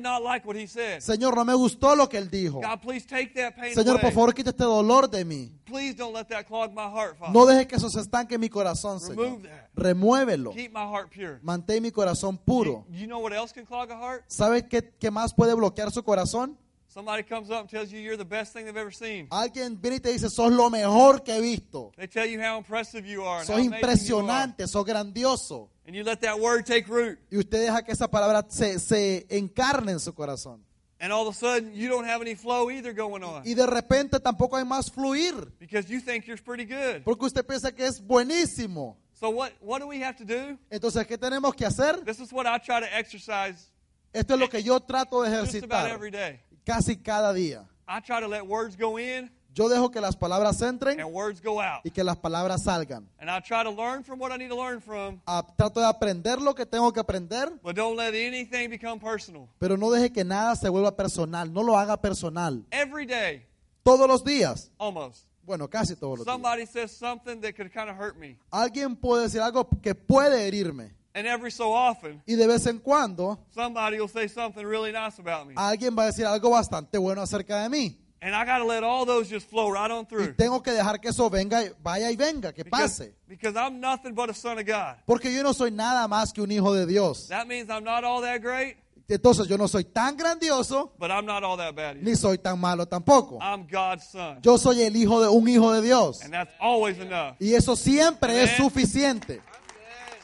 [SPEAKER 1] lastima.
[SPEAKER 2] not like what he said.
[SPEAKER 1] Señor, no me gustó lo que él dijo.
[SPEAKER 2] God, please take that pain
[SPEAKER 1] Señor, por
[SPEAKER 2] away.
[SPEAKER 1] favor, quita este dolor de mí.
[SPEAKER 2] Please don't let that clog my heart, Father.
[SPEAKER 1] No deje que eso se estanque en mi corazón, Señor.
[SPEAKER 2] Remove that.
[SPEAKER 1] Remuévelo.
[SPEAKER 2] Keep my heart pure.
[SPEAKER 1] Mantén mi corazón
[SPEAKER 2] You,
[SPEAKER 1] puro.
[SPEAKER 2] you know what else can clog a heart?
[SPEAKER 1] ¿Sabes qué, qué más puede bloquear su corazón?
[SPEAKER 2] Somebody comes up and tells you you're the best thing they've ever seen.
[SPEAKER 1] Alguien viene y te dice, sos lo mejor que he visto.
[SPEAKER 2] They tell you how impressive you are. And
[SPEAKER 1] Sos
[SPEAKER 2] how amazing you are.
[SPEAKER 1] impresionante, sos grandioso.
[SPEAKER 2] And you let that word take root.
[SPEAKER 1] Y usted deja que esa palabra se, se encarne en su corazón.
[SPEAKER 2] And all of a sudden, you don't have any flow either going on.
[SPEAKER 1] Y de repente tampoco hay más fluir.
[SPEAKER 2] Because you think you're pretty good.
[SPEAKER 1] Porque usted piensa que es buenísimo.
[SPEAKER 2] So what, what do we have to do?
[SPEAKER 1] Entonces, ¿qué tenemos que hacer?
[SPEAKER 2] This is what I try to exercise
[SPEAKER 1] Esto es lo que yo trato de
[SPEAKER 2] just about
[SPEAKER 1] ejercitar
[SPEAKER 2] every day.
[SPEAKER 1] casi cada día.
[SPEAKER 2] I try to let words go in
[SPEAKER 1] Yo dejo que las palabras entren
[SPEAKER 2] and words go out.
[SPEAKER 1] y que las palabras salgan.
[SPEAKER 2] And I try to learn from what I need to learn from,
[SPEAKER 1] Ah, trato de aprender lo que tengo que aprender,
[SPEAKER 2] but don't let anything become personal.
[SPEAKER 1] pero no deje que nada se vuelva personal. No lo haga personal.
[SPEAKER 2] Every day,
[SPEAKER 1] Todos los días.
[SPEAKER 2] almost,
[SPEAKER 1] Bueno, casi todos los días.
[SPEAKER 2] somebody says something that could kind of hurt me.
[SPEAKER 1] Alguien puede decir algo que puede herirme.
[SPEAKER 2] And every so often,
[SPEAKER 1] Y de vez en cuando,
[SPEAKER 2] somebody will say something really nice about me.
[SPEAKER 1] alguien va a decir algo bastante bueno acerca de mí.
[SPEAKER 2] And I got to let all those just flow right on
[SPEAKER 1] Y
[SPEAKER 2] through.
[SPEAKER 1] tengo que dejar que eso venga, y- vaya y venga, que
[SPEAKER 2] Mm. Because,
[SPEAKER 1] pase.
[SPEAKER 2] because I'm nothing but a son of God.
[SPEAKER 1] Porque yo no soy nada más que un hijo de Dios.
[SPEAKER 2] That means I'm not all that great,
[SPEAKER 1] Entonces yo no soy tan grandioso
[SPEAKER 2] but I'm not all that bad either.
[SPEAKER 1] ni soy tan malo tampoco.
[SPEAKER 2] I'm God's son.
[SPEAKER 1] Yo soy el hijo de un hijo de Dios.
[SPEAKER 2] And that's always enough.
[SPEAKER 1] Y eso siempre es
[SPEAKER 2] Amén.
[SPEAKER 1] suficiente.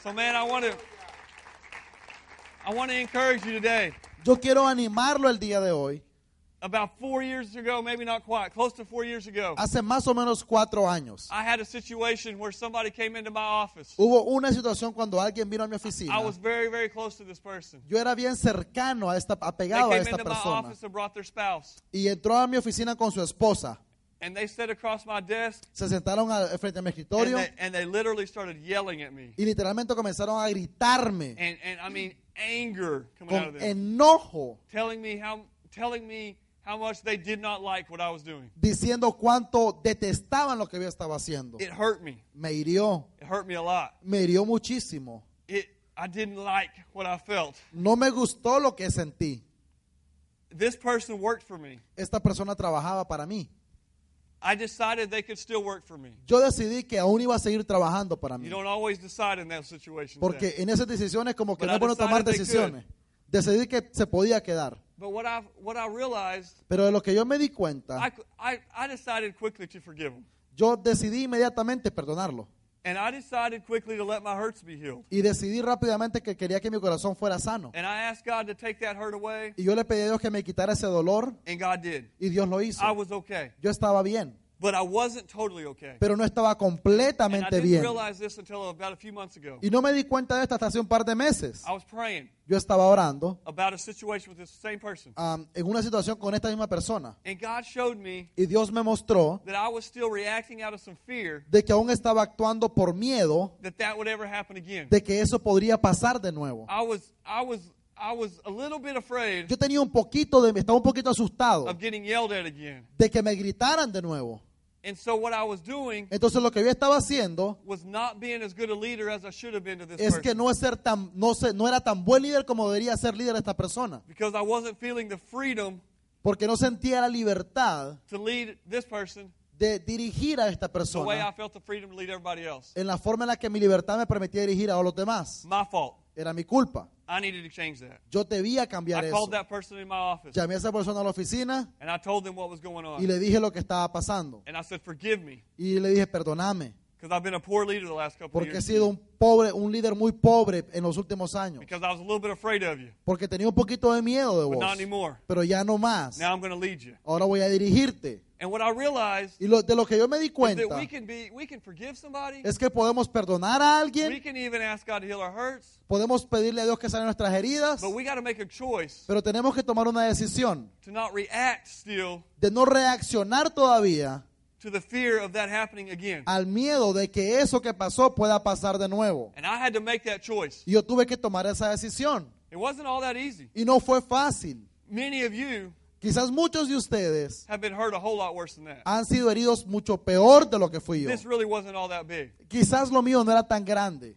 [SPEAKER 2] So man, I want to I want to encourage you today.
[SPEAKER 1] Yo quiero animarlo el día de hoy.
[SPEAKER 2] About 4 years ago, maybe not quite, close to 4 years ago,
[SPEAKER 1] Hace más o menos cuatro años
[SPEAKER 2] I had a situation where somebody came into my office.
[SPEAKER 1] hubo una situación cuando alguien vino a mi oficina.
[SPEAKER 2] I was very very close to this person.
[SPEAKER 1] Yo era bien cercano a esta,
[SPEAKER 2] They
[SPEAKER 1] apegado a
[SPEAKER 2] came
[SPEAKER 1] esta
[SPEAKER 2] into my
[SPEAKER 1] persona.
[SPEAKER 2] office and brought their spouse.
[SPEAKER 1] Y entró a mi oficina con su esposa.
[SPEAKER 2] And they sat across my desk
[SPEAKER 1] Se sentaron al- frente a mi
[SPEAKER 2] and
[SPEAKER 1] escritorio
[SPEAKER 2] they, and they literally started yelling at me.
[SPEAKER 1] y literalmente comenzaron a gritarme
[SPEAKER 2] And and I mean anger coming out of
[SPEAKER 1] con
[SPEAKER 2] them.
[SPEAKER 1] enojo,
[SPEAKER 2] Telling me how telling me how much they did not like what I was doing.
[SPEAKER 1] diciendo cuánto detestaban lo que yo estaba haciendo.
[SPEAKER 2] It hurt me.
[SPEAKER 1] Me hirió,
[SPEAKER 2] It hurt me a lot.
[SPEAKER 1] me hirió muchísimo.
[SPEAKER 2] It I didn't like what I felt.
[SPEAKER 1] No me gustó lo que sentí.
[SPEAKER 2] This person worked for me.
[SPEAKER 1] Esta persona trabajaba para mí.
[SPEAKER 2] I decided they could still work for me.
[SPEAKER 1] Yo decidí que aún iba a seguir trabajando para mí.
[SPEAKER 2] You don't always decide in that situation.
[SPEAKER 1] Porque en esas decisiones como que
[SPEAKER 2] But
[SPEAKER 1] no
[SPEAKER 2] I
[SPEAKER 1] es bueno tomar
[SPEAKER 2] decided they
[SPEAKER 1] decisiones. Decidí que se podía quedar.
[SPEAKER 2] But what I what I realized,
[SPEAKER 1] Pero de lo que yo me di
[SPEAKER 2] I,
[SPEAKER 1] cuenta,
[SPEAKER 2] I I decided quickly to forgive them,
[SPEAKER 1] yo decidí inmediatamente perdonarlo.
[SPEAKER 2] and I decided quickly to let my hurts be healed.
[SPEAKER 1] Y decidí rápidamente que quería que mi corazón fuera sano.
[SPEAKER 2] And I asked God to take that hurt away,
[SPEAKER 1] Y yo le pedí a Dios que me quitara ese dolor
[SPEAKER 2] and God did.
[SPEAKER 1] y Dios lo hizo.
[SPEAKER 2] I was okay,
[SPEAKER 1] Yo estaba bien,
[SPEAKER 2] but I wasn't totally okay.
[SPEAKER 1] pero no estaba
[SPEAKER 2] And I
[SPEAKER 1] completamente
[SPEAKER 2] didn't
[SPEAKER 1] bien.
[SPEAKER 2] realize this until about a few months ago.
[SPEAKER 1] Y no me di cuenta de esto hasta hace un par de meses.
[SPEAKER 2] I was praying
[SPEAKER 1] Yo estaba orando
[SPEAKER 2] about a situation with this same person,
[SPEAKER 1] am, en una situación con esta misma persona.
[SPEAKER 2] and God showed me
[SPEAKER 1] Y Dios me mostró
[SPEAKER 2] that I was still reacting out of some fear
[SPEAKER 1] de que aún estaba actuando por miedo
[SPEAKER 2] that that would ever happen again.
[SPEAKER 1] de que eso podría pasar de nuevo.
[SPEAKER 2] I was I was I was a little bit afraid
[SPEAKER 1] Yo tenía un poquito de, estaba un poquito asustado
[SPEAKER 2] of getting yelled at again.
[SPEAKER 1] de que me gritaran de nuevo.
[SPEAKER 2] And so what I was doing
[SPEAKER 1] Entonces lo que yo estaba haciendo
[SPEAKER 2] was not being as good a leader as I should have been to this
[SPEAKER 1] es que
[SPEAKER 2] person
[SPEAKER 1] no es ser tan, no sé, no era tan buen líder como debería ser líder esta persona,
[SPEAKER 2] because I wasn't feeling the freedom
[SPEAKER 1] porque no sentía la libertad
[SPEAKER 2] to lead this person
[SPEAKER 1] de dirigir a esta
[SPEAKER 2] the way I
[SPEAKER 1] persona
[SPEAKER 2] felt the freedom to lead everybody else.
[SPEAKER 1] en la forma en la que mi libertad me permitía dirigir a los demás.
[SPEAKER 2] My fault.
[SPEAKER 1] Era mi culpa.
[SPEAKER 2] I needed to change that.
[SPEAKER 1] Yo debía cambiar
[SPEAKER 2] I
[SPEAKER 1] eso.
[SPEAKER 2] called that person in my office
[SPEAKER 1] Llamé a esa persona a la oficina
[SPEAKER 2] and I told them what was going
[SPEAKER 1] y
[SPEAKER 2] on.
[SPEAKER 1] le dije lo que estaba pasando
[SPEAKER 2] And I said, "Forgive me
[SPEAKER 1] y le dije, "Perdóname."
[SPEAKER 2] because I've been a poor leader the last couple of
[SPEAKER 1] porque he
[SPEAKER 2] years.
[SPEAKER 1] sido un pobre, un líder muy pobre en los últimos años,
[SPEAKER 2] Because I was a little bit afraid of you.
[SPEAKER 1] porque tenía un poquito de miedo de
[SPEAKER 2] But not
[SPEAKER 1] vos,
[SPEAKER 2] anymore.
[SPEAKER 1] pero ya no más.
[SPEAKER 2] Now I'm going to lead you."
[SPEAKER 1] Ahora voy a dirigirte.
[SPEAKER 2] And what I realized
[SPEAKER 1] Y lo, de lo que yo me di
[SPEAKER 2] is that
[SPEAKER 1] cuenta
[SPEAKER 2] we can be we can forgive somebody
[SPEAKER 1] es que podemos perdonar a
[SPEAKER 2] We
[SPEAKER 1] alguien,
[SPEAKER 2] can even ask God to heal our hurts,
[SPEAKER 1] podemos pedirle a Dios que sane nuestras heridas,
[SPEAKER 2] but we got to make a choice
[SPEAKER 1] pero tenemos que tomar una decisión
[SPEAKER 2] to not react still
[SPEAKER 1] de no reaccionar todavía
[SPEAKER 2] to the fear of that happening again.
[SPEAKER 1] al miedo de que eso que pasó pueda pasar de nuevo.
[SPEAKER 2] And I had to make that choice.
[SPEAKER 1] Y yo tuve que tomar esa decisión.
[SPEAKER 2] It wasn't all that easy.
[SPEAKER 1] Y no fue fácil.
[SPEAKER 2] Many of you
[SPEAKER 1] Quizás muchos de ustedes
[SPEAKER 2] have been hurt a whole lot worse than that.
[SPEAKER 1] han sido heridos mucho peor de lo que fui yo.
[SPEAKER 2] This really wasn't all that big.
[SPEAKER 1] quizás lo mío no era tan grande,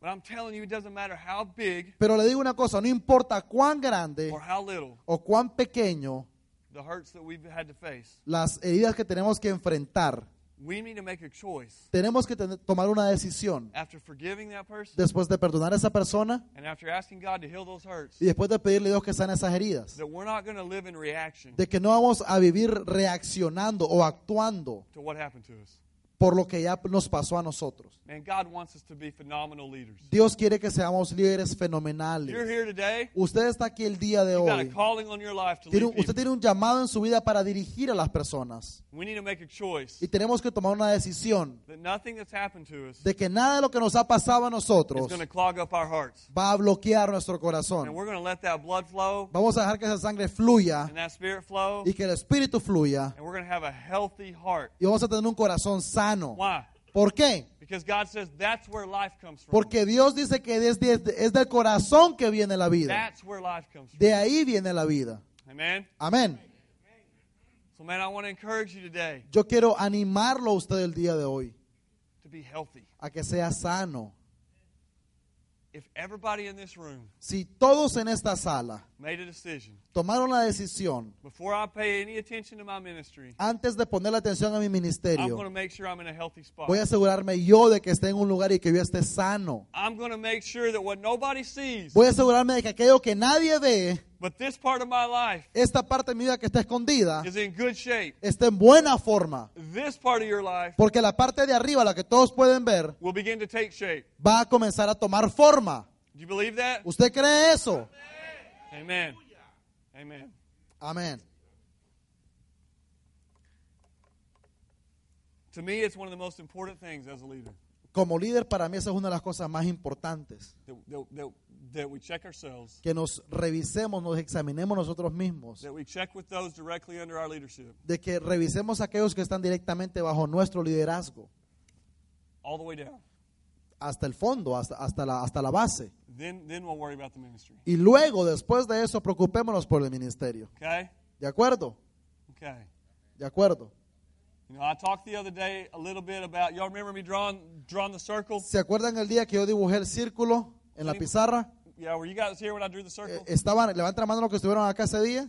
[SPEAKER 2] But I'm telling you, it doesn't matter how big
[SPEAKER 1] Pero le digo una cosa, no importa cuán grande
[SPEAKER 2] or how little
[SPEAKER 1] o cuán pequeño
[SPEAKER 2] the hurts that we've had to face,
[SPEAKER 1] las heridas que tenemos que enfrentar,
[SPEAKER 2] we need to make a choice
[SPEAKER 1] tenemos que tener- tomar una decisión.
[SPEAKER 2] after forgiving that person
[SPEAKER 1] Después de perdonar a esa persona
[SPEAKER 2] and after asking God to heal those hurts
[SPEAKER 1] y después de pedirle a Dios que sane esas heridas.
[SPEAKER 2] that we're not going to live in reaction
[SPEAKER 1] De que no vamos a vivir reaccionando o actuando
[SPEAKER 2] to what happened to us.
[SPEAKER 1] por lo que ya nos pasó a nosotros.
[SPEAKER 2] Man, God wants us to be phenomenal leaders.
[SPEAKER 1] Dios quiere que seamos líderes
[SPEAKER 2] You're
[SPEAKER 1] fenomenales.
[SPEAKER 2] here today.
[SPEAKER 1] Usted está aquí el día de
[SPEAKER 2] You've got a
[SPEAKER 1] hoy.
[SPEAKER 2] calling on your life to
[SPEAKER 1] Tiene
[SPEAKER 2] lead
[SPEAKER 1] un- usted
[SPEAKER 2] people.
[SPEAKER 1] tiene un llamado en su vida para dirigir a las personas.
[SPEAKER 2] We need to make a choice
[SPEAKER 1] Y tenemos que tomar una decisión
[SPEAKER 2] that nothing that's happened to us
[SPEAKER 1] de que nada de lo que nos ha pasado a
[SPEAKER 2] is
[SPEAKER 1] nosotros
[SPEAKER 2] going to clog up our hearts.
[SPEAKER 1] va a bloquear nuestro
[SPEAKER 2] And
[SPEAKER 1] corazón.
[SPEAKER 2] we're going to let that blood flow
[SPEAKER 1] Vamos a dejar que esa sangre fluya
[SPEAKER 2] and that spirit flow,
[SPEAKER 1] y que el espíritu fluya
[SPEAKER 2] and we're going to have a healthy heart.
[SPEAKER 1] y vamos a tener un corazón sano.
[SPEAKER 2] Why?
[SPEAKER 1] ¿Por qué?
[SPEAKER 2] Because God says that's where life comes from.
[SPEAKER 1] Porque Dios dice que desde- es del corazón que viene la vida.
[SPEAKER 2] That's where life comes from.
[SPEAKER 1] De ahí viene la vida.
[SPEAKER 2] Amen?
[SPEAKER 1] Amén.
[SPEAKER 2] So, man, I want to encourage you today
[SPEAKER 1] Yo quiero animarlo a usted el día de hoy
[SPEAKER 2] to be healthy.
[SPEAKER 1] a que sea sano.
[SPEAKER 2] If everybody in this room
[SPEAKER 1] Si todos en esta sala
[SPEAKER 2] made a decision,
[SPEAKER 1] tomaron la decisión
[SPEAKER 2] before I pay any attention to my ministry,
[SPEAKER 1] antes de poner la atención a mi
[SPEAKER 2] I'm going to
[SPEAKER 1] ministerio,
[SPEAKER 2] make sure I'm in a healthy spot.
[SPEAKER 1] voy a asegurarme yo de que esté en un lugar y que yo esté sano.
[SPEAKER 2] I'm going to make sure that what nobody sees,
[SPEAKER 1] Voy a asegurarme de que aquello que nadie ve,
[SPEAKER 2] but this part of my life
[SPEAKER 1] esta parte de mi vida que está escondida,
[SPEAKER 2] is in good shape.
[SPEAKER 1] esté en buena forma.
[SPEAKER 2] This part of your life
[SPEAKER 1] Porque la parte de arriba, la que todos pueden ver,
[SPEAKER 2] will begin to take shape.
[SPEAKER 1] va a comenzar a tomar forma.
[SPEAKER 2] Do you believe that?
[SPEAKER 1] ¿Usted cree eso?
[SPEAKER 2] Amen. Amen.
[SPEAKER 1] Amén.
[SPEAKER 2] To me, it's one of the most important things as a leader
[SPEAKER 1] Como líder, para mí esa es una de las cosas más importantes.
[SPEAKER 2] that, that, that, that we check ourselves,
[SPEAKER 1] Que nos revisemos, nos examinemos nosotros mismos.
[SPEAKER 2] that we check with those directly under our leadership,
[SPEAKER 1] De que revisemos aquellos que están directamente bajo nuestro liderazgo.
[SPEAKER 2] all the way down.
[SPEAKER 1] Hasta el fondo, hasta, hasta, la, hasta la base.
[SPEAKER 2] Then, then we'll worry about the ministry.
[SPEAKER 1] Y luego, después de eso, preocupémonos por el ministerio.
[SPEAKER 2] Okay?
[SPEAKER 1] ¿De acuerdo?
[SPEAKER 2] Okay.
[SPEAKER 1] ¿De acuerdo?
[SPEAKER 2] You know, I talked the other day a little bit about, y'all remember me drawing, drawing the circle?
[SPEAKER 1] ¿Se acuerdan el día que yo dibujé el círculo en la pizarra?
[SPEAKER 2] Yeah, were you guys here when I drew the
[SPEAKER 1] Eh,
[SPEAKER 2] circle?
[SPEAKER 1] Estaban, levanten la mano los que estuvieron acá ese día.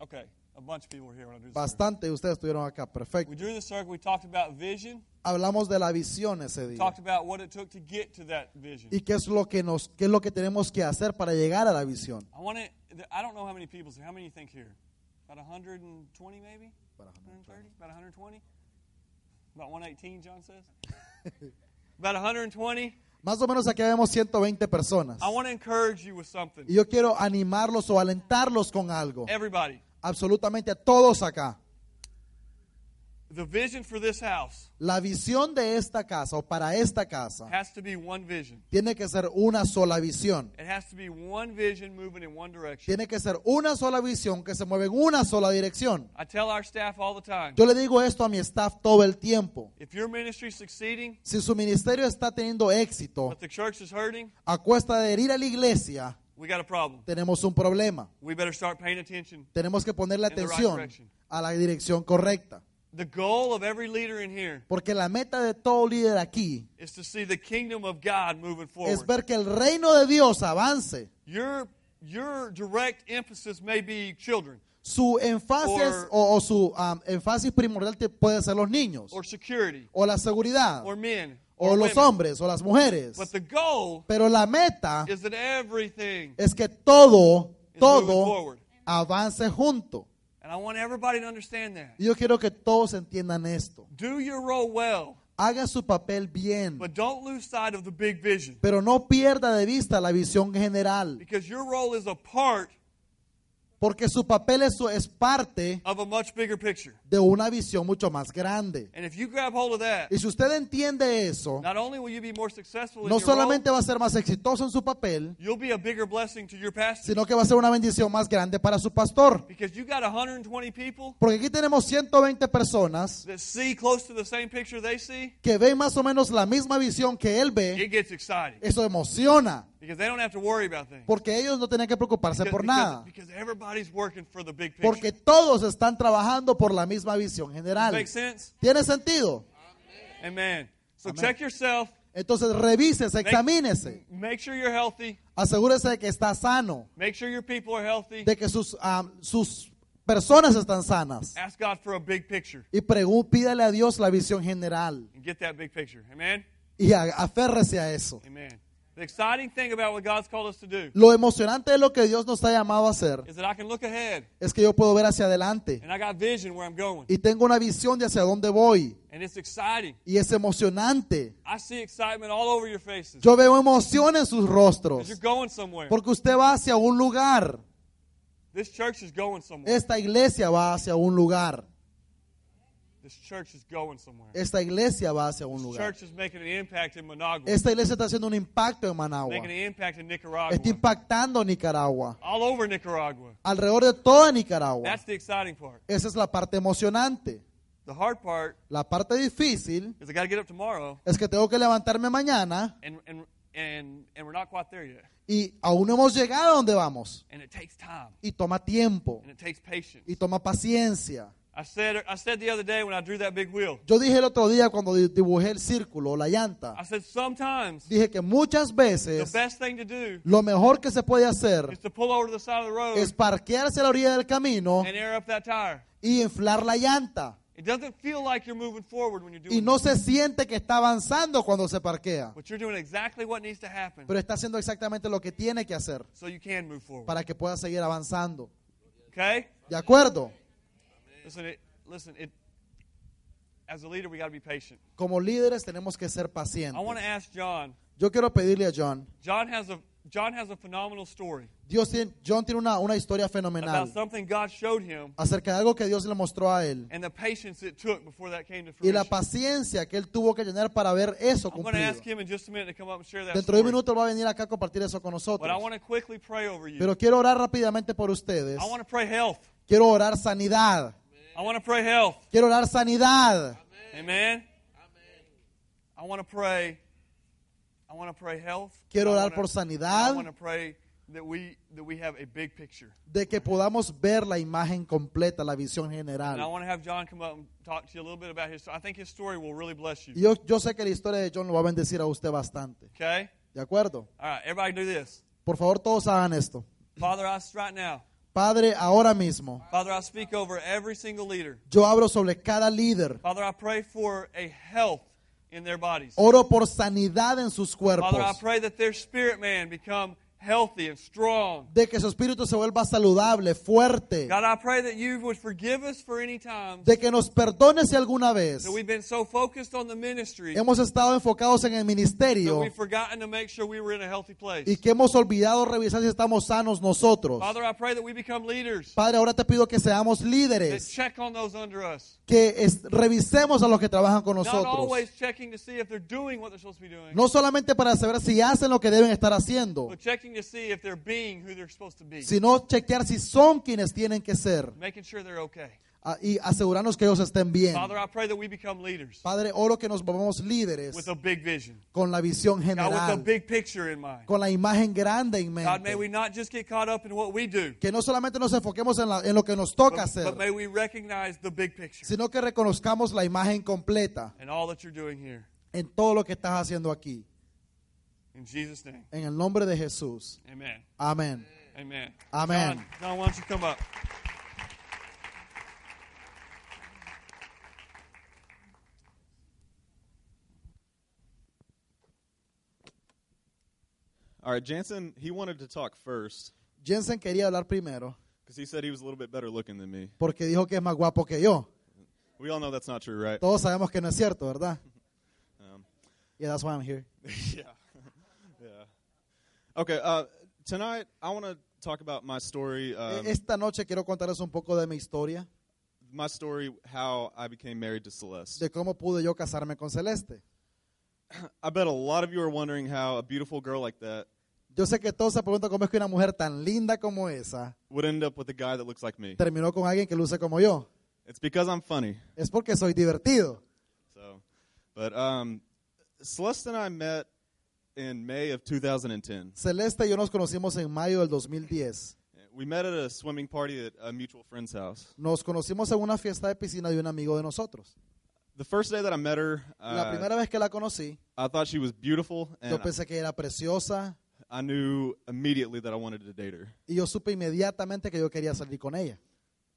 [SPEAKER 2] Okay. A bunch of people were here when I drew the circle.
[SPEAKER 1] Bastante de ustedes estuvieron acá, perfecto.
[SPEAKER 2] We drew the circle. We talked about vision.
[SPEAKER 1] Hablamos de la visión ese día
[SPEAKER 2] Talked about what it took to get to that vision.
[SPEAKER 1] y qué es lo que nos, qué es lo que tenemos que hacer para llegar a la visión.
[SPEAKER 2] I want to. I don't know how many people's here. How many you think here? About 120, maybe.
[SPEAKER 1] About
[SPEAKER 2] 130. About 120. About 118. John says. about 120.
[SPEAKER 1] Más o menos aquí vemos 120 personas
[SPEAKER 2] I want to encourage you with
[SPEAKER 1] y
[SPEAKER 2] something.
[SPEAKER 1] yo quiero animarlos o alentarlos con algo.
[SPEAKER 2] Everybody,
[SPEAKER 1] Absolutamente a todos acá.
[SPEAKER 2] the vision for this house
[SPEAKER 1] La visión de esta casa o para esta casa
[SPEAKER 2] has to be one vision.
[SPEAKER 1] tiene que ser una sola visión.
[SPEAKER 2] It has to be one vision moving in one direction.
[SPEAKER 1] Tiene que ser una sola visión que se mueve en una sola dirección.
[SPEAKER 2] I tell our staff all the time.
[SPEAKER 1] Yo le digo esto a mi staff todo el tiempo.
[SPEAKER 2] If your ministry's succeeding,
[SPEAKER 1] Si su ministerio está teniendo éxito
[SPEAKER 2] but the church is hurting,
[SPEAKER 1] a cuesta de herir a la iglesia,
[SPEAKER 2] we got a problem.
[SPEAKER 1] tenemos un problema.
[SPEAKER 2] We better start paying attention.
[SPEAKER 1] Tenemos que ponerle
[SPEAKER 2] the right
[SPEAKER 1] atención
[SPEAKER 2] direction.
[SPEAKER 1] a la dirección correcta.
[SPEAKER 2] The goal of every leader in here
[SPEAKER 1] Porque la meta de todo líder aquí
[SPEAKER 2] is to see the kingdom of God moving
[SPEAKER 1] es
[SPEAKER 2] forward.
[SPEAKER 1] ver que el reino de Dios avance.
[SPEAKER 2] Your your direct emphasis may be children
[SPEAKER 1] Su énfasis
[SPEAKER 2] Or-
[SPEAKER 1] o, o su um, énfasis primordial te- puede ser los niños,
[SPEAKER 2] or security
[SPEAKER 1] o la seguridad,
[SPEAKER 2] or men
[SPEAKER 1] o los
[SPEAKER 2] women.
[SPEAKER 1] hombres, o las mujeres.
[SPEAKER 2] But the goal
[SPEAKER 1] Pero la meta
[SPEAKER 2] is that everything.
[SPEAKER 1] es que todo,
[SPEAKER 2] moving
[SPEAKER 1] todo
[SPEAKER 2] forward.
[SPEAKER 1] avance junto.
[SPEAKER 2] And I want everybody to understand that.
[SPEAKER 1] Y Yo quiero que todos entiendan esto.
[SPEAKER 2] Do your role well,
[SPEAKER 1] Haga su papel bien,
[SPEAKER 2] but don't lose sight of the big vision
[SPEAKER 1] pero no pierda de vista la visión general,
[SPEAKER 2] because your role is a part
[SPEAKER 1] porque su papel es, es parte
[SPEAKER 2] of a much bigger picture.
[SPEAKER 1] de una visión mucho más grande.
[SPEAKER 2] And if you grab hold of that,
[SPEAKER 1] Y si usted entiende eso,
[SPEAKER 2] not only will you be more successful in
[SPEAKER 1] no
[SPEAKER 2] your role,
[SPEAKER 1] solamente va a ser más exitoso en su papel,
[SPEAKER 2] you'll be a bigger blessing to your pastor
[SPEAKER 1] sino que va a ser una bendición más grande para su pastor.
[SPEAKER 2] because you got 120 people
[SPEAKER 1] Porque aquí tenemos 120 personas
[SPEAKER 2] that see close to the same picture they see,
[SPEAKER 1] que ven más o menos la misma visión que él
[SPEAKER 2] it
[SPEAKER 1] ve.
[SPEAKER 2] gets exciting
[SPEAKER 1] Eso emociona,
[SPEAKER 2] because they don't have to worry about things.
[SPEAKER 1] porque ellos no tienen que preocuparse
[SPEAKER 2] Because,
[SPEAKER 1] por
[SPEAKER 2] because-
[SPEAKER 1] nada.
[SPEAKER 2] because everybody's working for the big picture.
[SPEAKER 1] Porque todos están trabajando por la misma visión general.
[SPEAKER 2] Make sense?
[SPEAKER 1] ¿Tiene sentido?
[SPEAKER 2] Amen. So
[SPEAKER 1] Amen.
[SPEAKER 2] check yourself,
[SPEAKER 1] Entonces revísese, examínese.
[SPEAKER 2] Make sure you're healthy.
[SPEAKER 1] Asegúrese de que está sano,
[SPEAKER 2] Make sure your people are healthy.
[SPEAKER 1] de que sus, am, sus personas están sanas.
[SPEAKER 2] Ask God for a big picture
[SPEAKER 1] Y pregu- pídale a Dios la visión general
[SPEAKER 2] and get that big picture. Amen?
[SPEAKER 1] y a- aférrese a eso.
[SPEAKER 2] Amen. The exciting thing about what God's called us to do
[SPEAKER 1] Lo emocionante de lo que Dios nos ha llamado a hacer
[SPEAKER 2] is that I can look ahead
[SPEAKER 1] es que yo puedo ver hacia adelante
[SPEAKER 2] and I got vision where I'm going.
[SPEAKER 1] y tengo una visión de hacia dónde voy
[SPEAKER 2] And it's exciting.
[SPEAKER 1] y es emocionante.
[SPEAKER 2] I see excitement all over your faces.
[SPEAKER 1] Yo veo emoción en sus
[SPEAKER 2] Because
[SPEAKER 1] rostros
[SPEAKER 2] you're going somewhere.
[SPEAKER 1] porque usted va hacia un lugar.
[SPEAKER 2] This church is going somewhere.
[SPEAKER 1] Esta iglesia va hacia un lugar.
[SPEAKER 2] This church is going somewhere.
[SPEAKER 1] Esta iglesia va hacia un
[SPEAKER 2] This
[SPEAKER 1] lugar.
[SPEAKER 2] church is making an impact in Managua,
[SPEAKER 1] Esta iglesia está haciendo un impacto en Managua.
[SPEAKER 2] making an impact in Nicaragua,
[SPEAKER 1] Está impactando Nicaragua,
[SPEAKER 2] all over Nicaragua.
[SPEAKER 1] alrededor de toda Nicaragua.
[SPEAKER 2] That's the exciting part.
[SPEAKER 1] Esa es la parte emocionante.
[SPEAKER 2] The hard part
[SPEAKER 1] La parte difícil
[SPEAKER 2] is I got to get up tomorrow,
[SPEAKER 1] es que tengo que levantarme mañana
[SPEAKER 2] and, and, and, and we're not quite there yet.
[SPEAKER 1] y aún no hemos llegado a donde vamos.
[SPEAKER 2] And it takes time,
[SPEAKER 1] Y toma tiempo,
[SPEAKER 2] and it takes patience.
[SPEAKER 1] y toma paciencia.
[SPEAKER 2] I said, I said the other day when I drew that big wheel,
[SPEAKER 1] Yo dije el otro día cuando di- dibujé el círculo, la
[SPEAKER 2] I
[SPEAKER 1] llanta,
[SPEAKER 2] said sometimes
[SPEAKER 1] dije que muchas
[SPEAKER 2] the
[SPEAKER 1] veces
[SPEAKER 2] best thing to do
[SPEAKER 1] lo mejor que se puede
[SPEAKER 2] is
[SPEAKER 1] hacer
[SPEAKER 2] to pull over to the side of the road
[SPEAKER 1] es parquearse a la orilla del camino
[SPEAKER 2] and air up that tire.
[SPEAKER 1] y inflar la llanta.
[SPEAKER 2] It doesn't feel like you're moving forward when you're doing
[SPEAKER 1] Y no se siente que está avanzando cuando se parquea,
[SPEAKER 2] that, but you're doing exactly what needs to happen
[SPEAKER 1] pero está haciendo exactamente lo que tiene que hacer
[SPEAKER 2] so you can move forward.
[SPEAKER 1] para que pueda seguir avanzando.
[SPEAKER 2] Okay?
[SPEAKER 1] ¿De acuerdo?
[SPEAKER 2] Listen, it, listen, it, as a leader, we got to be patient.
[SPEAKER 1] Como líderes tenemos que ser
[SPEAKER 2] I want to
[SPEAKER 1] pacientes.
[SPEAKER 2] ask John.
[SPEAKER 1] Yo quiero pedirle a John,
[SPEAKER 2] John has a John has a phenomenal story
[SPEAKER 1] Dios tiene, John tiene una, una historia
[SPEAKER 2] about
[SPEAKER 1] fenomenal
[SPEAKER 2] something God showed him
[SPEAKER 1] acerca de algo que Dios le mostró a él
[SPEAKER 2] and the patience it took before that came to
[SPEAKER 1] y la
[SPEAKER 2] fruition.
[SPEAKER 1] paciencia que él tuvo que tener para ver eso
[SPEAKER 2] I'm going to
[SPEAKER 1] cumplido.
[SPEAKER 2] ask him in just a minute to come up and share that
[SPEAKER 1] Dentro de un
[SPEAKER 2] story.
[SPEAKER 1] minuto él va a venir acá a compartir eso con
[SPEAKER 2] But I
[SPEAKER 1] nosotros.
[SPEAKER 2] want to quickly pray over you.
[SPEAKER 1] Pero quiero orar rápidamente por ustedes.
[SPEAKER 2] I want to pray health.
[SPEAKER 1] Quiero orar sanidad.
[SPEAKER 2] I want to pray health.
[SPEAKER 1] Quiero orar sanidad.
[SPEAKER 2] Amen. I want to pray. I want to pray health.
[SPEAKER 1] Quiero
[SPEAKER 2] I
[SPEAKER 1] orar
[SPEAKER 2] wanna-
[SPEAKER 1] por sanidad.
[SPEAKER 2] I want to pray that we that we have a big picture.
[SPEAKER 1] De que podamos ver la imagen completa, la visión
[SPEAKER 2] And I
[SPEAKER 1] general.
[SPEAKER 2] want to have John come up and talk to you a little bit about his. I think his story will really bless
[SPEAKER 1] Y
[SPEAKER 2] you.
[SPEAKER 1] yo, yo sé que la historia de John lo va a bendecir a usted bastante.
[SPEAKER 2] Okay.
[SPEAKER 1] ¿De acuerdo?
[SPEAKER 2] All right. Everybody do this.
[SPEAKER 1] Por favor, todos hagan esto.
[SPEAKER 2] Father, I s- right now.
[SPEAKER 1] Padre, ahora mismo
[SPEAKER 2] Father, I speak over every single leader.
[SPEAKER 1] yo abro sobre cada líder.
[SPEAKER 2] Father, I pray for a health in their bodies.
[SPEAKER 1] Oro por sanidad en sus
[SPEAKER 2] Father, I
[SPEAKER 1] cuerpos.
[SPEAKER 2] pray that their spirit man become healthy and strong.
[SPEAKER 1] De que su espíritu se vuelva saludable, fuerte.
[SPEAKER 2] God, I pray that you would forgive us for any times
[SPEAKER 1] De que nos perdone si alguna vez
[SPEAKER 2] that we've been so focused on the ministry
[SPEAKER 1] hemos estado enfocados en el
[SPEAKER 2] that
[SPEAKER 1] ministerio
[SPEAKER 2] we've forgotten to make sure we were in a healthy place.
[SPEAKER 1] y que hemos olvidado revisar si estamos sanos nosotros.
[SPEAKER 2] Father, I pray that we become leaders
[SPEAKER 1] Padre, ahora te pido que seamos
[SPEAKER 2] that
[SPEAKER 1] líderes,
[SPEAKER 2] check on those under us.
[SPEAKER 1] que es- revisemos a los que trabajan con
[SPEAKER 2] Not
[SPEAKER 1] nosotros.
[SPEAKER 2] always checking to see if they're doing what they're supposed to be doing,
[SPEAKER 1] No solamente para saber si hacen lo que deben estar haciendo,
[SPEAKER 2] but checking to see if they're being who they're supposed to be,
[SPEAKER 1] sino chequear si son quienes tienen que ser
[SPEAKER 2] making sure they're okay.
[SPEAKER 1] ah, y asegurarnos que ellos estén bien.
[SPEAKER 2] Father, I pray that we become leaders
[SPEAKER 1] Padre, oro que nos volvamos líderes
[SPEAKER 2] with a big vision,
[SPEAKER 1] con la visión
[SPEAKER 2] God, with a
[SPEAKER 1] general,
[SPEAKER 2] big picture in mind.
[SPEAKER 1] con la imagen grande en
[SPEAKER 2] God, may we
[SPEAKER 1] mente.
[SPEAKER 2] not just get caught up in what we do,
[SPEAKER 1] Que no solamente nos enfoquemos en, la- en lo que nos toca
[SPEAKER 2] but,
[SPEAKER 1] hacer,
[SPEAKER 2] but may we recognize the big picture
[SPEAKER 1] sino que reconozcamos la imagen completa
[SPEAKER 2] and all that you're doing here.
[SPEAKER 1] en todo lo que estás haciendo aquí.
[SPEAKER 2] In Jesus' name,
[SPEAKER 1] En el nombre de Jesús.
[SPEAKER 2] amen.
[SPEAKER 1] Amén.
[SPEAKER 2] Amen.
[SPEAKER 1] Amen.
[SPEAKER 2] John, John, why don't you come up?
[SPEAKER 3] All right, Jansen, he wanted to talk first
[SPEAKER 1] Jensen quería hablar primero
[SPEAKER 3] because he said he was a little bit better looking than me.
[SPEAKER 1] porque dijo que es más guapo que yo.
[SPEAKER 3] We all know that's not true, right?
[SPEAKER 1] Todos sabemos que no es cierto, ¿verdad?
[SPEAKER 3] Um,
[SPEAKER 1] Yeah, that's why I'm here.
[SPEAKER 3] yeah. yeah. Okay, uh, tonight I want to talk about my story. Um,
[SPEAKER 1] E-, Esta noche quiero contarles un poco de mi historia,
[SPEAKER 3] my story, how I became married to Celeste.
[SPEAKER 1] de cómo pude yo casarme con Celeste.
[SPEAKER 3] I bet a lot of you are wondering how a beautiful girl like that
[SPEAKER 1] Yo sé que todos se preguntan cómo es que una mujer tan linda como esa
[SPEAKER 3] would end up with a guy that looks like me.
[SPEAKER 1] terminó con alguien que luce como yo.
[SPEAKER 3] It's because I'm funny.
[SPEAKER 1] Es porque soy divertido.
[SPEAKER 3] So, but um, Celeste and I met in May of 2010.
[SPEAKER 1] Celeste y yo nos conocimos en mayo del 2010.
[SPEAKER 3] We met at a swimming party at a mutual friend's house.
[SPEAKER 1] Nos conocimos en una fiesta de piscina de un amigo de nosotros.
[SPEAKER 3] The first day that I met her,
[SPEAKER 1] La
[SPEAKER 3] uh,
[SPEAKER 1] primera vez que la conocí,
[SPEAKER 3] I thought she was beautiful, and
[SPEAKER 1] yo pensé que era preciosa
[SPEAKER 3] I knew immediately that I wanted to date her.
[SPEAKER 1] y yo supe inmediatamente que yo quería salir con ella.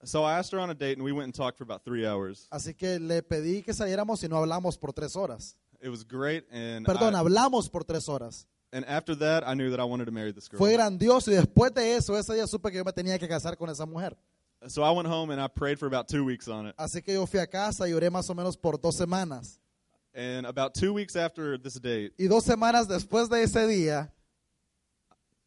[SPEAKER 3] So I asked her on a date, and we went and talked for about three hours.
[SPEAKER 1] Así que le pedí que saliéramos y no hablamos por tres horas.
[SPEAKER 3] It was great, and
[SPEAKER 1] Perdón,
[SPEAKER 3] I-
[SPEAKER 1] hablamos por tres horas.
[SPEAKER 3] and after that, I knew that I wanted to marry this girl.
[SPEAKER 1] Fue grandioso y después de eso, ese día supe que yo me tenía que casar con esa mujer.
[SPEAKER 3] So I went home and I prayed for about two weeks on it.
[SPEAKER 1] Así que yo fui a casa y oré más o menos por dos semanas.
[SPEAKER 3] And about two weeks after this date,
[SPEAKER 1] Y dos semanas después de ese día,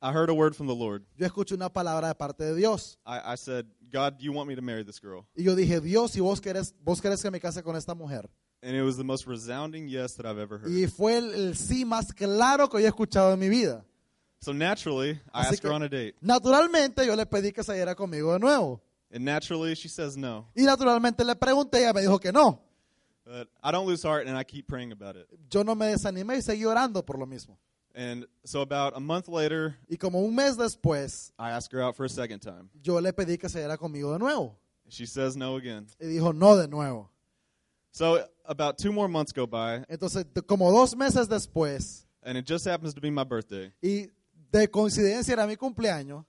[SPEAKER 3] I heard a word from the Lord.
[SPEAKER 1] yo escuché una palabra de parte de Dios.
[SPEAKER 3] I, I said, God, do you want me to marry this girl?
[SPEAKER 1] Y yo dije, Dios, si vos querés, vos querés que me case con esta mujer.
[SPEAKER 3] And it was the most resounding yes that I've ever heard.
[SPEAKER 1] Y fue el, el sí más claro que yo he escuchado en mi vida.
[SPEAKER 3] So naturally, I
[SPEAKER 1] Así
[SPEAKER 3] asked her
[SPEAKER 1] que-
[SPEAKER 3] on a date.
[SPEAKER 1] Naturalmente, yo le pedí que saliera conmigo de nuevo.
[SPEAKER 3] And naturally, she says no.
[SPEAKER 1] Y naturalmente le pregunté y ella me dijo que no.
[SPEAKER 3] But I don't lose heart and I keep praying about it.
[SPEAKER 1] Yo no me desanimé y seguí orando por lo mismo.
[SPEAKER 3] And so about a month later,
[SPEAKER 1] Y como un mes después,
[SPEAKER 3] I asked her out for a second time.
[SPEAKER 1] yo le pedí que saliera conmigo de nuevo.
[SPEAKER 3] She says no again.
[SPEAKER 1] Y dijo, no de nuevo.
[SPEAKER 3] So about two more months go by,
[SPEAKER 1] Entonces, de- como dos meses después,
[SPEAKER 3] and it just happens to be my birthday.
[SPEAKER 1] y de coincidencia era mi cumpleaños,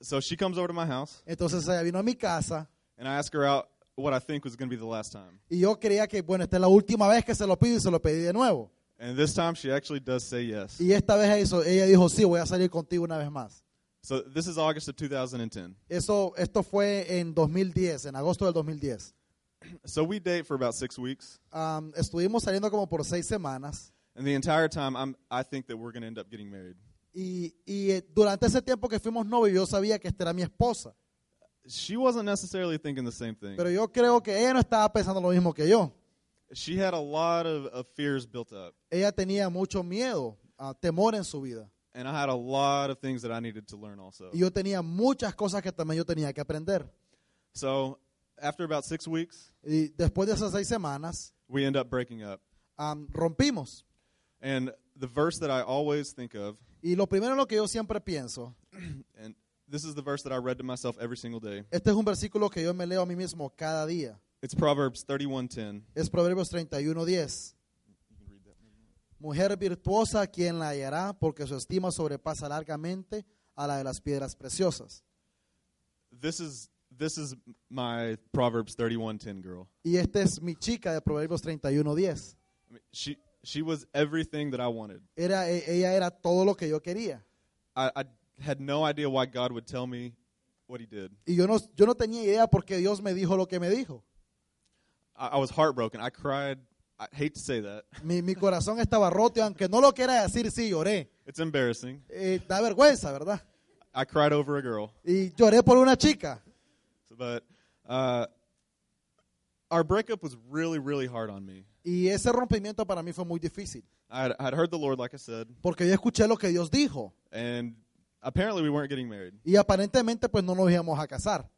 [SPEAKER 3] So she comes over to my house,
[SPEAKER 1] entonces ella vino a mi casa
[SPEAKER 3] and I ask her out what I think was going to be the last time.
[SPEAKER 1] y yo creía que, bueno, esta es la última vez que se lo pido y se lo pedí de nuevo.
[SPEAKER 3] And this time she actually does say yes.
[SPEAKER 1] Y esta vez ella, hizo- ella dijo, sí, voy a salir contigo una vez más.
[SPEAKER 3] So this is August of 2010.
[SPEAKER 1] Eso, esto fue en 2010, en agosto del 2010.
[SPEAKER 3] So we date for about six weeks,
[SPEAKER 1] Am, estuvimos saliendo como por seis semanas
[SPEAKER 3] and the entire time I'm, I think that we're going to end up getting married.
[SPEAKER 1] y, y, eh, durante ese tiempo que fuimos novios yo sabía que esta era mi esposa,
[SPEAKER 3] She wasn't necessarily thinking the same thing.
[SPEAKER 1] pero yo creo que ella no estaba pensando lo mismo que yo.
[SPEAKER 3] She had a lot of, of fears built up,
[SPEAKER 1] Ella tenía mucho miedo, ah, temor en su vida
[SPEAKER 3] and I had a lot of things that I needed to learn also.
[SPEAKER 1] y yo tenía muchas cosas que también yo tenía que aprender.
[SPEAKER 3] So after about six weeks,
[SPEAKER 1] Y después de esas seis semanas
[SPEAKER 3] we end up breaking up.
[SPEAKER 1] am, rompimos.
[SPEAKER 3] And the verse that I always think of,
[SPEAKER 1] Y lo primero en lo que yo siempre pienso,
[SPEAKER 3] and this is the verse that I read to myself every single day.
[SPEAKER 1] este es un versículo que yo me leo a mí mismo cada día,
[SPEAKER 3] It's Proverbs 31:10.
[SPEAKER 1] es Proverbios 31.10. Mujer virtuosa, quien la hallará? Porque su estima sobrepasa largamente a la de las piedras preciosas.
[SPEAKER 3] This is this is my Proverbs 31:10 girl.
[SPEAKER 1] Y esta es mi chica de Proverbios 31.10.
[SPEAKER 3] I mean, she she was everything that I wanted.
[SPEAKER 1] Era, e- ella era todo lo que yo quería.
[SPEAKER 3] I, I had no idea why God would tell me what He did.
[SPEAKER 1] Y yo no, yo no tenía idea por qué Dios me dijo lo que me dijo.
[SPEAKER 3] I, I was heartbroken. I cried. I hate to say that.
[SPEAKER 1] Mi, mi corazón estaba roto y aunque no lo quiera decir, sí lloré.
[SPEAKER 3] It's embarrassing.
[SPEAKER 1] Eh, da vergüenza, ¿verdad?
[SPEAKER 3] I cried over a girl,
[SPEAKER 1] Y lloré por una chica.
[SPEAKER 3] but uh, our breakup was really really hard on me.
[SPEAKER 1] Y ese rompimiento para mí fue muy difícil.
[SPEAKER 3] I had, I had heard the Lord, like I said,
[SPEAKER 1] Porque yo escuché lo que Dios dijo.
[SPEAKER 3] and apparently we weren't getting married.
[SPEAKER 1] Y aparentemente pues no nos íbamos a casar.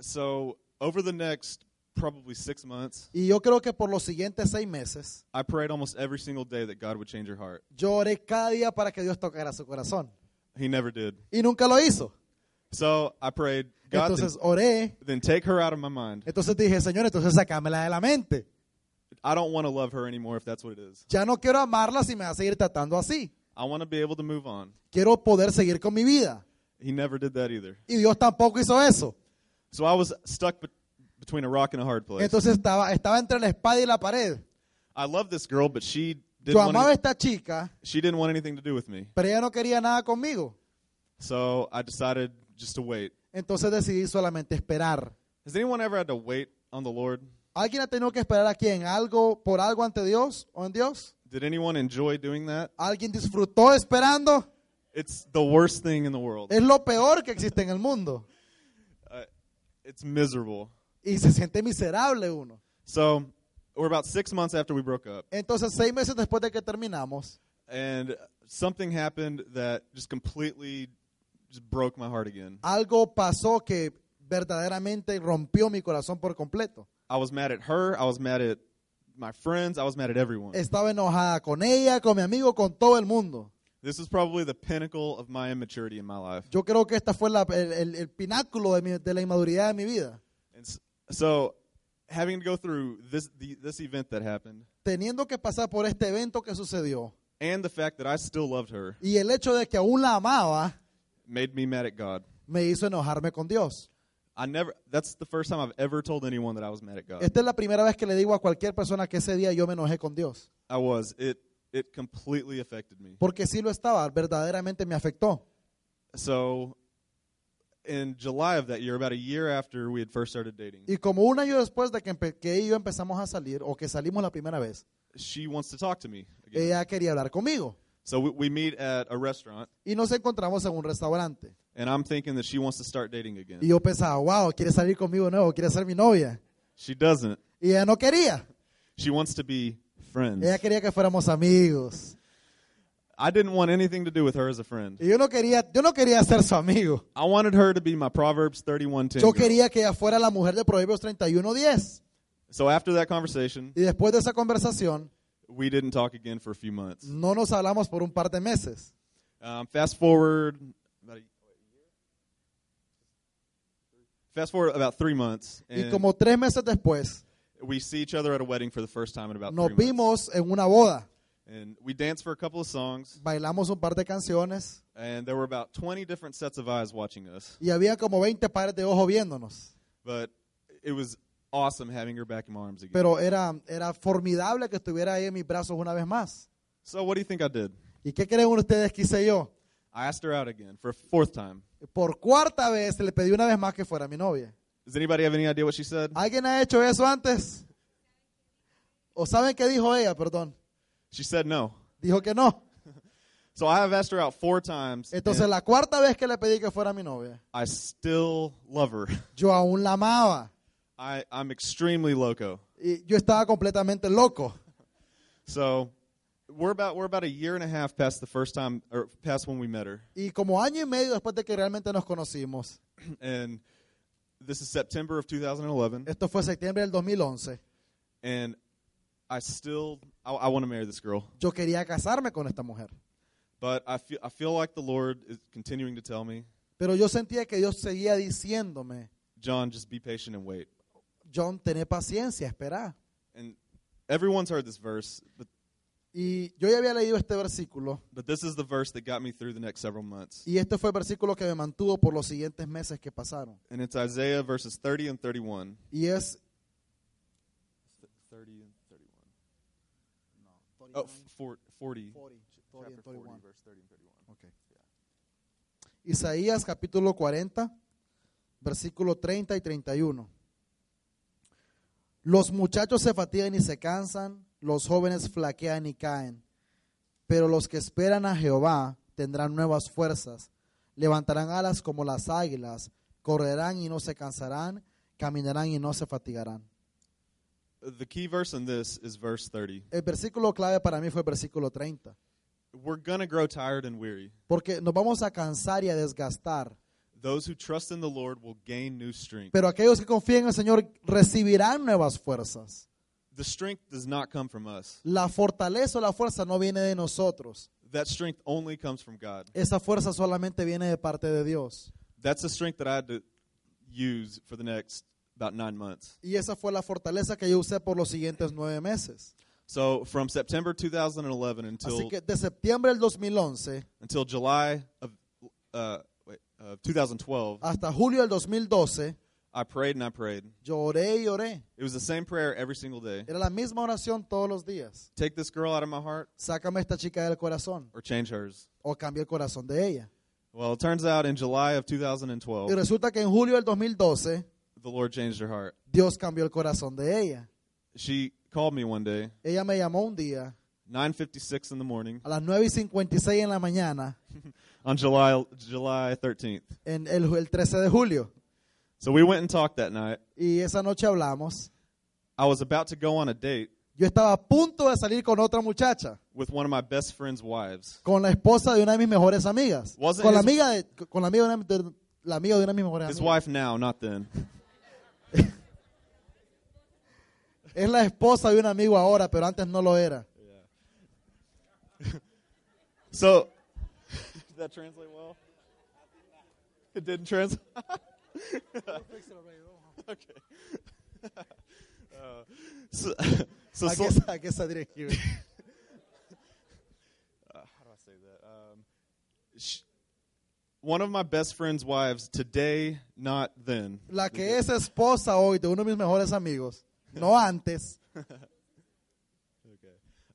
[SPEAKER 3] So over the next probably six months,
[SPEAKER 1] Y yo creo que por los siguientes seis meses
[SPEAKER 3] I prayed almost every single day that God would change her heart.
[SPEAKER 1] Yo oré cada día para que Dios tocara su corazón.
[SPEAKER 3] He never did.
[SPEAKER 1] Y nunca lo hizo.
[SPEAKER 3] So I prayed, God, then,
[SPEAKER 1] Entonces oré.
[SPEAKER 3] then take her out of my mind.
[SPEAKER 1] Entonces dije, Señor, entonces sacámela de la mente.
[SPEAKER 3] I don't want to love her anymore if that's what it is.
[SPEAKER 1] Ya no quiero amarla si me va a seguir tratando así.
[SPEAKER 3] I want to be able to move on.
[SPEAKER 1] Quiero poder seguir con mi vida.
[SPEAKER 3] He never did that either.
[SPEAKER 1] Y Dios tampoco hizo eso.
[SPEAKER 3] So I was stuck bet between a rock and a hard place.
[SPEAKER 1] Entonces estaba, estaba entre la espada y la pared.
[SPEAKER 3] I love this girl, but she
[SPEAKER 1] Yo
[SPEAKER 3] didn't, want
[SPEAKER 1] amaba a
[SPEAKER 3] any-
[SPEAKER 1] esta chica,
[SPEAKER 3] she didn't want anything to do with me.
[SPEAKER 1] pero ella no quería nada conmigo.
[SPEAKER 3] So I decided just to wait.
[SPEAKER 1] Entonces decidí solamente esperar.
[SPEAKER 3] Has anyone ever had to wait on the Lord?
[SPEAKER 1] ¿Alguien ha tenido que esperar aquí en algo, por algo ante Dios o en Dios?
[SPEAKER 3] Did anyone enjoy doing that?
[SPEAKER 1] ¿Alguien disfrutó esperando?
[SPEAKER 3] It's the worst thing in the world.
[SPEAKER 1] Es lo peor que existe en el mundo.
[SPEAKER 3] It's miserable.
[SPEAKER 1] y se siente miserable uno.
[SPEAKER 3] So we're about six months after we broke up,
[SPEAKER 1] Entonces, seis meses después de que terminamos,
[SPEAKER 3] and something happened that just completely just broke my heart again.
[SPEAKER 1] algo pasó que verdaderamente rompió mi corazón por completo.
[SPEAKER 3] I was mad at her. I was mad at my friends. I was mad at everyone.
[SPEAKER 1] Estaba enojada con ella, con mi amigo, con todo el mundo.
[SPEAKER 3] This was probably the pinnacle of my immaturity in my life.
[SPEAKER 1] Yo creo que esta fue la- el, el- el pináculo de, mi- de la inmaduridad de mi vida.
[SPEAKER 3] And s- so, having to go through this the, this event that happened,
[SPEAKER 1] teniendo que pasar por este evento que sucedió
[SPEAKER 3] and the fact that I still loved her,
[SPEAKER 1] y el hecho de que aún la amaba
[SPEAKER 3] made me mad at God.
[SPEAKER 1] me hizo enojarme con Dios.
[SPEAKER 3] I never. That's the first time I've ever told anyone that I was mad at God.
[SPEAKER 1] Esta es la primera vez que le digo a cualquier persona que ese día yo me enojé con Dios,
[SPEAKER 3] I was. It it completely affected me.
[SPEAKER 1] porque sí lo estaba, verdaderamente me afectó.
[SPEAKER 3] So, in July of that year, about a year after we had first started dating,
[SPEAKER 1] Y como un año después de que, empe- que ella y yo empezamos a salir, o que salimos la primera vez,
[SPEAKER 3] she wants to talk to me again.
[SPEAKER 1] ella quería hablar conmigo.
[SPEAKER 3] So we, we meet at a restaurant,
[SPEAKER 1] Y nos encontramos en un restaurante.
[SPEAKER 3] and I'm thinking that she wants to start dating again.
[SPEAKER 1] Y yo pensaba, wow, quiere salir conmigo de nuevo, quiere ser mi novia.
[SPEAKER 3] She doesn't.
[SPEAKER 1] Y ella no quería.
[SPEAKER 3] She wants to be friends.
[SPEAKER 1] Ella quería que fuéramos amigos.
[SPEAKER 3] I didn't want anything to do with her as a friend.
[SPEAKER 1] Y yo no quería, yo no quería ser su amigo.
[SPEAKER 3] I wanted her to be my Proverbs 31
[SPEAKER 1] Yo quería que ella fuera la mujer de Proverbios 31:10.
[SPEAKER 3] So after that conversation,
[SPEAKER 1] Y después de esa conversación,
[SPEAKER 3] we didn't talk again for a few months.
[SPEAKER 1] no nos hablamos por un par de meses.
[SPEAKER 3] Um, fast forward about a Fast forward about three months,
[SPEAKER 1] Y
[SPEAKER 3] and
[SPEAKER 1] como tres meses después,
[SPEAKER 3] we see each other at a wedding for the first time in about
[SPEAKER 1] nos
[SPEAKER 3] three months.
[SPEAKER 1] vimos en una boda.
[SPEAKER 3] And we danced for a couple of songs,
[SPEAKER 1] Bailamos un par de canciones
[SPEAKER 3] and there were about 20 different sets of eyes watching us.
[SPEAKER 1] y había como 20 pares de ojos viéndonos.
[SPEAKER 3] But it was awesome having her back in my arms again.
[SPEAKER 1] Pero era, era formidable que estuviera ahí en mis brazos una vez más.
[SPEAKER 3] so what do you think I did?
[SPEAKER 1] ¿Y qué creen ustedes que hice yo?
[SPEAKER 3] I asked her out again for a fourth time.
[SPEAKER 1] Por cuarta vez le pedí una vez más que fuera mi novia.
[SPEAKER 3] Does anybody have any idea what she said?
[SPEAKER 1] ¿Alguien ha hecho eso antes? ¿O saben qué dijo ella? Perdón.
[SPEAKER 3] she said no.
[SPEAKER 1] Dijo que no.
[SPEAKER 3] So I have asked her out four times.
[SPEAKER 1] Entonces
[SPEAKER 3] and
[SPEAKER 1] la cuarta vez que le pedí que fuera mi novia,
[SPEAKER 3] I still love her.
[SPEAKER 1] yo aún la amaba.
[SPEAKER 3] I, I'm extremely loco.
[SPEAKER 1] Y yo estaba completamente loco.
[SPEAKER 3] So we're about we're about a year and a half past the first time or past when we met her.
[SPEAKER 1] Y como año y medio después de que realmente nos conocimos,
[SPEAKER 3] And this is September of 2011.
[SPEAKER 1] esto fue septiembre del 2011,
[SPEAKER 3] And I still I, I want to marry this girl.
[SPEAKER 1] yo quería casarme con esta mujer.
[SPEAKER 3] But I feel I feel like the Lord is continuing to tell me,
[SPEAKER 1] Pero yo sentía que Dios seguía diciéndome,
[SPEAKER 3] John, just be patient and wait.
[SPEAKER 1] John, tené paciencia, espera.
[SPEAKER 3] And everyone's heard this verse, but
[SPEAKER 1] Y yo ya había leído este versículo
[SPEAKER 3] but this is the verse that got me through the next several months.
[SPEAKER 1] y este fue el versículo que me mantuvo por los siguientes meses que pasaron.
[SPEAKER 3] And it's Isaiah verses 30 and 31.
[SPEAKER 1] Y es
[SPEAKER 3] 30 and 31. Oh, four- 40.
[SPEAKER 1] 40 and
[SPEAKER 3] Chapter
[SPEAKER 1] 31.
[SPEAKER 3] verse 30 and 31.
[SPEAKER 1] Isaías capítulo 40, versículo 30 y 31. Los muchachos se fatigan y se cansan, los jóvenes flaquean y caen, pero los que esperan a Jehová tendrán nuevas fuerzas, levantarán alas como las águilas, correrán y no se cansarán, caminarán y no se fatigarán.
[SPEAKER 3] The key verse in this is verse 30.
[SPEAKER 1] El versículo clave para mí fue el versículo 30,
[SPEAKER 3] We're going to grow tired and weary.
[SPEAKER 1] porque nos vamos a cansar y a desgastar.
[SPEAKER 3] Those who trust in the Lord will gain new strength.
[SPEAKER 1] Pero aquellos que confían en el Señor recibirán nuevas fuerzas.
[SPEAKER 3] The strength does not come from us.
[SPEAKER 1] La fortaleza o la fuerza no viene de nosotros.
[SPEAKER 3] That strength only comes from God.
[SPEAKER 1] Esa fuerza solamente viene de parte de Dios.
[SPEAKER 3] That's the strength that I had to use for the next about nine months.
[SPEAKER 1] Y esa fue la fortaleza que yo usé por los siguientes nueve meses.
[SPEAKER 3] So from September 2011
[SPEAKER 1] Así
[SPEAKER 3] until
[SPEAKER 1] que de septiembre del 2011
[SPEAKER 3] until July of uh, wait, of 2012,
[SPEAKER 1] hasta julio del 2012,
[SPEAKER 3] I prayed and I prayed.
[SPEAKER 1] yo oré y oré.
[SPEAKER 3] It was the same prayer every single day.
[SPEAKER 1] Era la misma oración todos los días.
[SPEAKER 3] Take this girl out of my heart
[SPEAKER 1] Sácame a esta chica del corazón
[SPEAKER 3] or change hers.
[SPEAKER 1] o cambia el corazón de ella.
[SPEAKER 3] Well, it turns out in July of
[SPEAKER 1] Y
[SPEAKER 3] 2012,
[SPEAKER 1] resulta que en julio del 2012
[SPEAKER 3] the Lord changed her heart.
[SPEAKER 1] Dios cambió el corazón de ella.
[SPEAKER 3] She called me one day,
[SPEAKER 1] Ella me llamó un día
[SPEAKER 3] 9:56 in the morning
[SPEAKER 1] a las 9 y 56 en la mañana,
[SPEAKER 3] on July July 13th.
[SPEAKER 1] en el, el 13 de julio.
[SPEAKER 3] So we went and talked that night.
[SPEAKER 1] Y esa noche hablamos.
[SPEAKER 3] I was about to go on a date
[SPEAKER 1] Yo estaba a punto de salir con otra muchacha,
[SPEAKER 3] with one of my best friend's wives.
[SPEAKER 1] con la esposa de una de mis mejores amigas.
[SPEAKER 3] Wasn't
[SPEAKER 1] Con la
[SPEAKER 3] his-
[SPEAKER 1] amiga de, con la amiga de, una, de- la amiga de una de mis mejores
[SPEAKER 3] His
[SPEAKER 1] amigas.
[SPEAKER 3] wife now, not then.
[SPEAKER 1] Es la esposa de un amigo ahora, pero antes no lo era.
[SPEAKER 3] So did that translate well? It didn't translate. okay. Uh, So, so,
[SPEAKER 1] ¿A
[SPEAKER 3] so-
[SPEAKER 1] qué, se- a qué se ha dirigido?
[SPEAKER 3] how do I say that? Um, sh- one of my best friend's wives today, not then.
[SPEAKER 1] La que es esposa hoy de uno de mis mejores amigos, no antes.
[SPEAKER 3] Okay,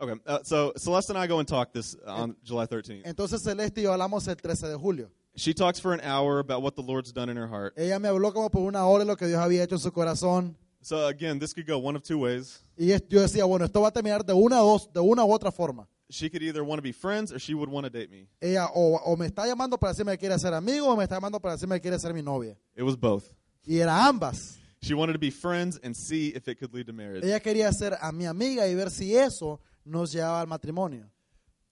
[SPEAKER 3] okay. Uh, so Celeste and I go and talk this on July 13th.
[SPEAKER 1] Entonces Celeste y yo hablamos el 13 de julio.
[SPEAKER 3] She talks for an hour about what the Lord's done in her heart.
[SPEAKER 1] Ella me habló como por una hora de lo que Dios había hecho en su corazón.
[SPEAKER 3] So again, this could go one of two ways.
[SPEAKER 1] Y es- yo decía, bueno, esto va a terminar de una, o dos, de una u otra forma.
[SPEAKER 3] She could either want to be friends or she would want to date me.
[SPEAKER 1] Ella o, o me está llamando para decirme que quiere ser amigo o me está llamando para decirme que quiere ser mi novia.
[SPEAKER 3] It was both.
[SPEAKER 1] Y era ambas.
[SPEAKER 3] She wanted to be friends and see if it could lead to marriage.
[SPEAKER 1] Ella quería ser a mi amiga y ver si eso nos llevaba al matrimonio.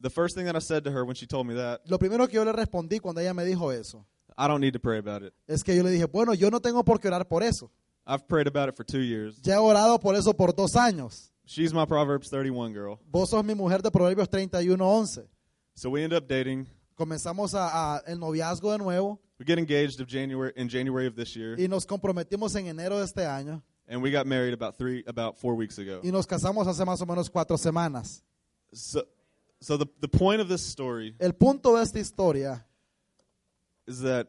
[SPEAKER 3] The first thing that I said to her when she told me that,
[SPEAKER 1] Lo primero que yo le respondí cuando ella me dijo eso
[SPEAKER 3] I don't need to pray about it.
[SPEAKER 1] es que yo le dije, bueno, yo no tengo por qué orar por eso.
[SPEAKER 3] I've prayed about it for two years.
[SPEAKER 1] Ya he orado por eso por dos años.
[SPEAKER 3] She's my Proverbs 31 girl.
[SPEAKER 1] Vos sos mi mujer de Proverbios 31.11.
[SPEAKER 3] So we end up dating.
[SPEAKER 1] Comenzamos a, a- el noviazgo de nuevo
[SPEAKER 3] We get engaged of January in January of this year,
[SPEAKER 1] y nos comprometimos en enero de este año
[SPEAKER 3] and we got married about three, about four weeks ago.
[SPEAKER 1] y nos casamos hace más o menos cuatro semanas.
[SPEAKER 3] So, so the the point of this story
[SPEAKER 1] El punto de esta historia
[SPEAKER 3] is that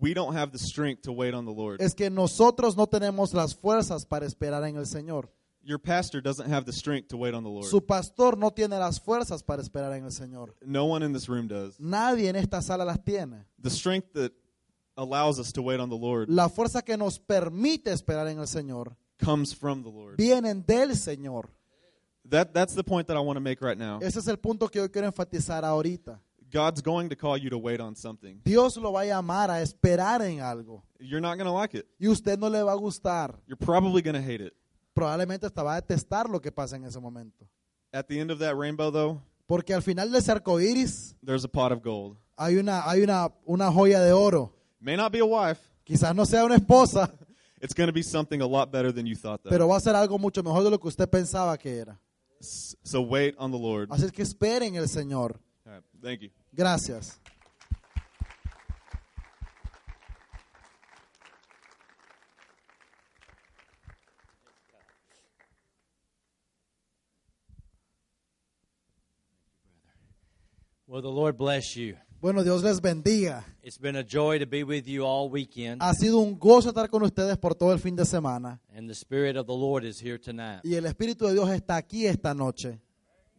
[SPEAKER 3] we don't have the strength to wait on the Lord.
[SPEAKER 1] es que nosotros no tenemos las fuerzas para esperar en el Señor.
[SPEAKER 3] Your pastor doesn't have the strength to wait on the Lord.
[SPEAKER 1] Su pastor no tiene las fuerzas para esperar en el Señor.
[SPEAKER 3] No one in this room does.
[SPEAKER 1] Nadie en esta sala las tiene.
[SPEAKER 3] The strength that allows us to wait on the Lord
[SPEAKER 1] La fuerza que nos permite esperar en el Señor
[SPEAKER 3] comes from the Lord.
[SPEAKER 1] vienen del Señor.
[SPEAKER 3] That that's the point that I want to make right now.
[SPEAKER 1] Ese es el punto que yo quiero enfatizar ahorita.
[SPEAKER 3] God's going to call you to wait on something.
[SPEAKER 1] Dios lo va a llamar a esperar en algo
[SPEAKER 3] You're not going to like it.
[SPEAKER 1] y usted no le va a gustar.
[SPEAKER 3] You're probably going to hate it.
[SPEAKER 1] Probablemente hasta va a detestar lo que pasa en ese momento.
[SPEAKER 3] At the end of that rainbow though,
[SPEAKER 1] Porque al final de ese arco iris
[SPEAKER 3] there's a pot of gold.
[SPEAKER 1] hay una, hay una, una joya de oro.
[SPEAKER 3] May not be a wife.
[SPEAKER 1] Quizás no sea una esposa,
[SPEAKER 3] It's going to be something a lot better than you thought though.
[SPEAKER 1] pero va a ser algo mucho mejor de lo que usted pensaba que era.
[SPEAKER 3] S- So wait on the Lord.
[SPEAKER 1] Así es que esperen el Señor.
[SPEAKER 3] All right. Thank you.
[SPEAKER 1] Gracias.
[SPEAKER 4] Well, the Lord bless you.
[SPEAKER 1] Bueno, Dios les bendiga.
[SPEAKER 4] It's been a joy to be with you all weekend,
[SPEAKER 1] Ha sido un gozo estar con ustedes por todo el fin de semana.
[SPEAKER 4] and the Spirit of the Lord is here tonight.
[SPEAKER 1] Y el Espíritu de Dios está aquí esta noche.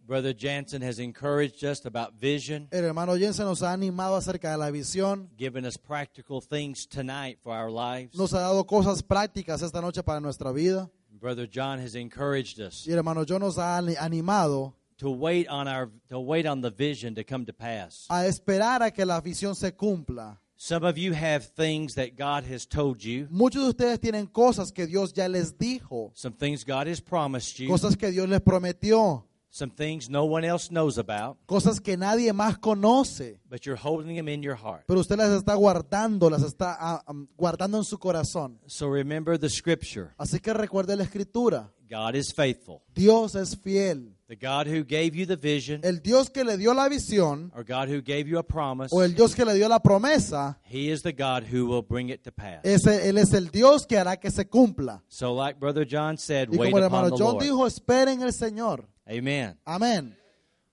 [SPEAKER 4] Brother Jansen has encouraged us about vision,
[SPEAKER 1] El hermano Jensen nos ha animado acerca de la visión.
[SPEAKER 4] given us practical things tonight for our lives.
[SPEAKER 1] Nos ha dado cosas prácticas esta noche para nuestra vida.
[SPEAKER 4] Brother John has encouraged us
[SPEAKER 1] Y el hermano John nos ha ani- animado
[SPEAKER 4] to wait on our to wait on the vision to come to pass.
[SPEAKER 1] a esperar a que la visión se cumpla.
[SPEAKER 4] Some of you have things that God has told you,
[SPEAKER 1] Muchos de ustedes tienen cosas que Dios ya les dijo,
[SPEAKER 4] some things God has promised you,
[SPEAKER 1] cosas que Dios les prometió,
[SPEAKER 4] some things no one else knows about,
[SPEAKER 1] cosas que nadie más conoce.
[SPEAKER 4] but you're holding them in your heart.
[SPEAKER 1] Pero usted las está guardando, las está ah, am, guardando en su corazón.
[SPEAKER 4] So remember the scripture.
[SPEAKER 1] Así que recuerde la escritura.
[SPEAKER 4] God is faithful.
[SPEAKER 1] Dios es fiel.
[SPEAKER 4] The God who gave you the vision
[SPEAKER 1] El Dios que le dio la visión
[SPEAKER 4] or God who gave you a promise,
[SPEAKER 1] o el Dios que le dio la promesa,
[SPEAKER 4] He is the God who will bring it to pass.
[SPEAKER 1] ese, Él es el Dios que hará que se cumpla.
[SPEAKER 4] So, like Brother John said,
[SPEAKER 1] Y
[SPEAKER 4] wait
[SPEAKER 1] como el
[SPEAKER 4] upon
[SPEAKER 1] hermano
[SPEAKER 4] the
[SPEAKER 1] John
[SPEAKER 4] Lord.
[SPEAKER 1] dijo, esperen el Señor.
[SPEAKER 4] Amen.
[SPEAKER 1] Amén.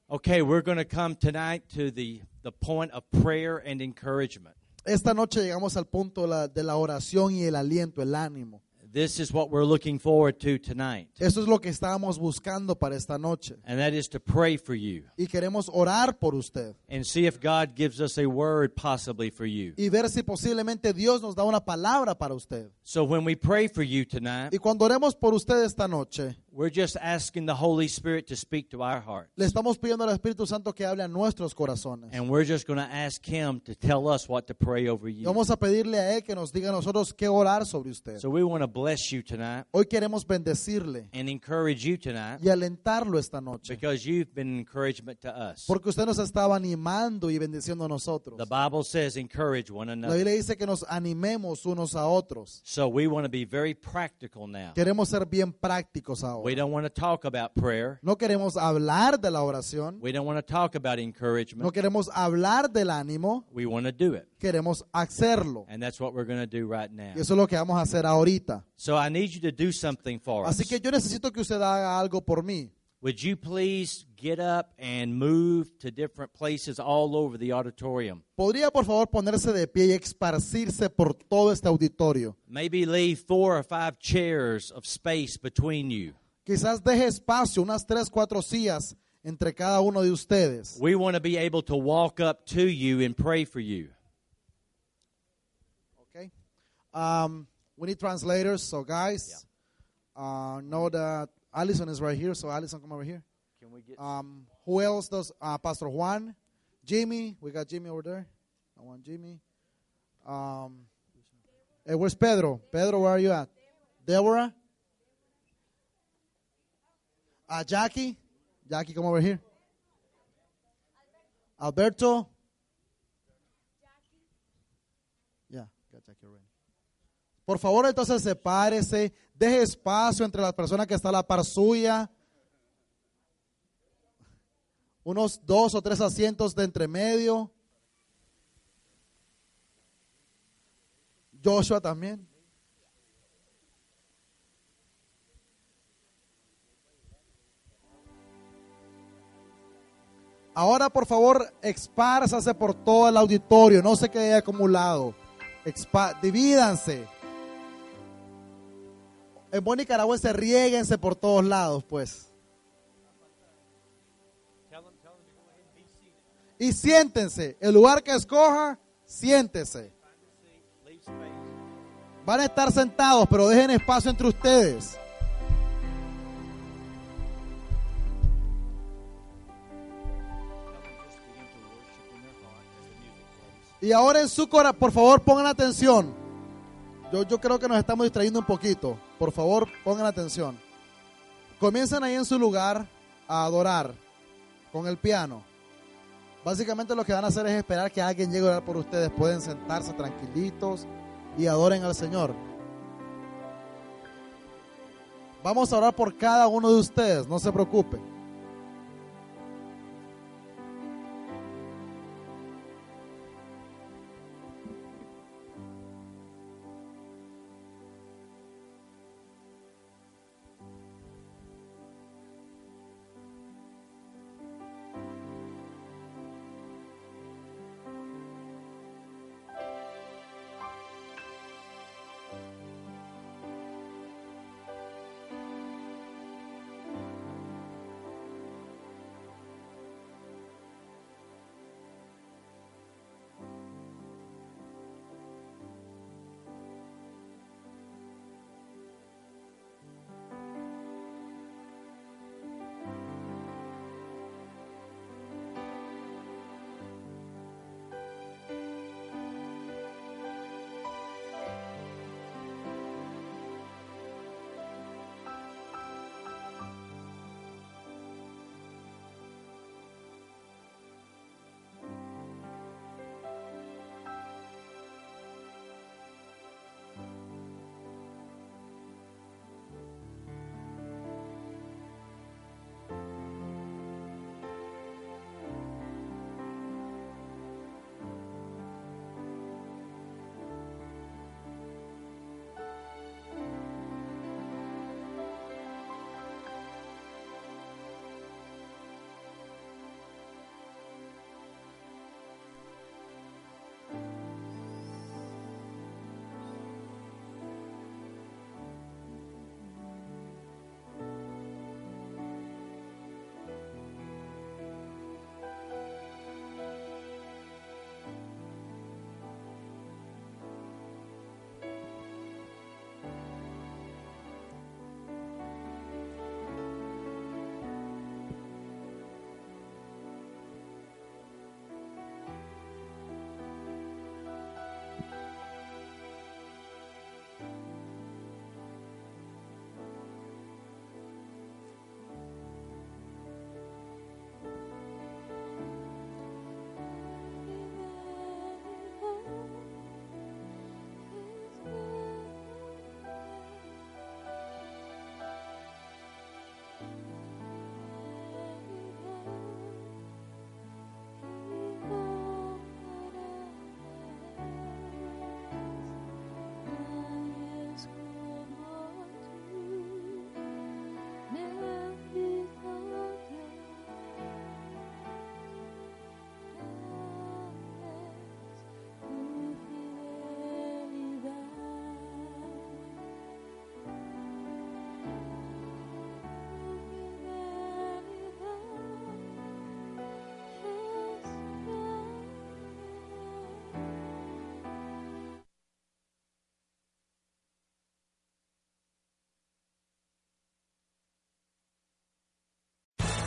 [SPEAKER 4] Okay, we're going to come tonight to the, the point of prayer and encouragement.
[SPEAKER 1] Esta noche llegamos al punto de la, de la oración y el aliento, el ánimo.
[SPEAKER 4] This is what we're looking forward to tonight,
[SPEAKER 1] Eso es lo que estábamos buscando para esta noche.
[SPEAKER 4] and that is to pray for you
[SPEAKER 1] Y queremos orar por usted
[SPEAKER 4] and see if God gives us a word possibly for you.
[SPEAKER 1] y ver si posiblemente Dios nos da una palabra para usted.
[SPEAKER 4] So, when we pray for you tonight,
[SPEAKER 1] Y cuando oremos por usted esta noche,
[SPEAKER 4] we're just asking the Holy Spirit to speak to our heart.
[SPEAKER 1] le estamos pidiendo al Espíritu Santo que hable a nuestros corazones.
[SPEAKER 4] And we're just going to ask Him to tell us what to pray over
[SPEAKER 1] Y
[SPEAKER 4] you.
[SPEAKER 1] vamos a pedirle a Él que nos diga a nosotros qué orar sobre usted.
[SPEAKER 4] So we want to bless you tonight
[SPEAKER 1] Hoy queremos bendecirle
[SPEAKER 4] and encourage you tonight
[SPEAKER 1] y alentarlo esta noche,
[SPEAKER 4] because you've been an encouragement to us.
[SPEAKER 1] porque usted nos estaba animando y bendiciendo a nosotros.
[SPEAKER 4] The Bible says encourage one
[SPEAKER 1] La
[SPEAKER 4] another.
[SPEAKER 1] Biblia dice que nos animemos unos a otros.
[SPEAKER 4] So we want to be very practical now.
[SPEAKER 1] Queremos ser bien prácticos ahora.
[SPEAKER 4] We
[SPEAKER 1] oración.
[SPEAKER 4] don't want to talk about prayer.
[SPEAKER 1] No queremos hablar de la oración.
[SPEAKER 4] We don't want to talk about
[SPEAKER 1] No
[SPEAKER 4] encouragement.
[SPEAKER 1] queremos hablar del ánimo.
[SPEAKER 4] We want to do it.
[SPEAKER 1] Queremos hacerlo.
[SPEAKER 4] And that's what we're going to do right now.
[SPEAKER 1] Y eso es lo que vamos a hacer ahorita.
[SPEAKER 4] So I need you to do something for us.
[SPEAKER 1] Así que yo necesito que usted haga algo por mí.
[SPEAKER 4] Would you please get up and move to different places all over the auditorium?
[SPEAKER 1] ¿Podría por favor ponerse de pie y esparcirse por todo este auditorio?
[SPEAKER 4] Maybe leave four or five chairs of space between you.
[SPEAKER 1] Quizás deje espacio, unas tres, cuatro sillas entre cada uno de ustedes.
[SPEAKER 4] We want to be able to walk up to you and pray for you.
[SPEAKER 1] Okay. Um, we need translators, so guys, uh, know that Allison is right here, so Allison, come over here.
[SPEAKER 4] Can we get
[SPEAKER 1] Um, who else does uh, Pastor Juan? Jimmy, we got Jimmy over there. I want Jimmy. Um, hey, where's Pedro? Pedro, where are you at? Deborah? Uh, Jackie? Jackie, come over here. Alberto? Yeah, got Jackie already. Por favor, entonces sepárese, deje espacio entre las personas que está a la par suya unos dos o tres asientos de entremedio. Joshua también. Ahora, por favor, expársase por todo el auditorio, no se quede acumulado. Expa- divídanse. En buen nicaragüense, riéguense por todos lados, pues. y siéntense. El lugar que escoja, siéntese.
[SPEAKER 4] leave space?
[SPEAKER 1] Van a estar sentados, pero dejen espacio entre ustedes.
[SPEAKER 4] Just begin to worship in their heart as the music plays.
[SPEAKER 1] Y ahora en su corazón, por favor, pongan atención. Yo, yo creo que nos estamos distrayendo un poquito. Por favor, pongan atención. Comienzan ahí en su lugar a adorar con el piano. Básicamente lo que van a hacer es esperar que alguien llegue a orar por ustedes. Pueden sentarse tranquilitos y adoren al Señor. Vamos a orar por cada uno de ustedes, no se preocupen.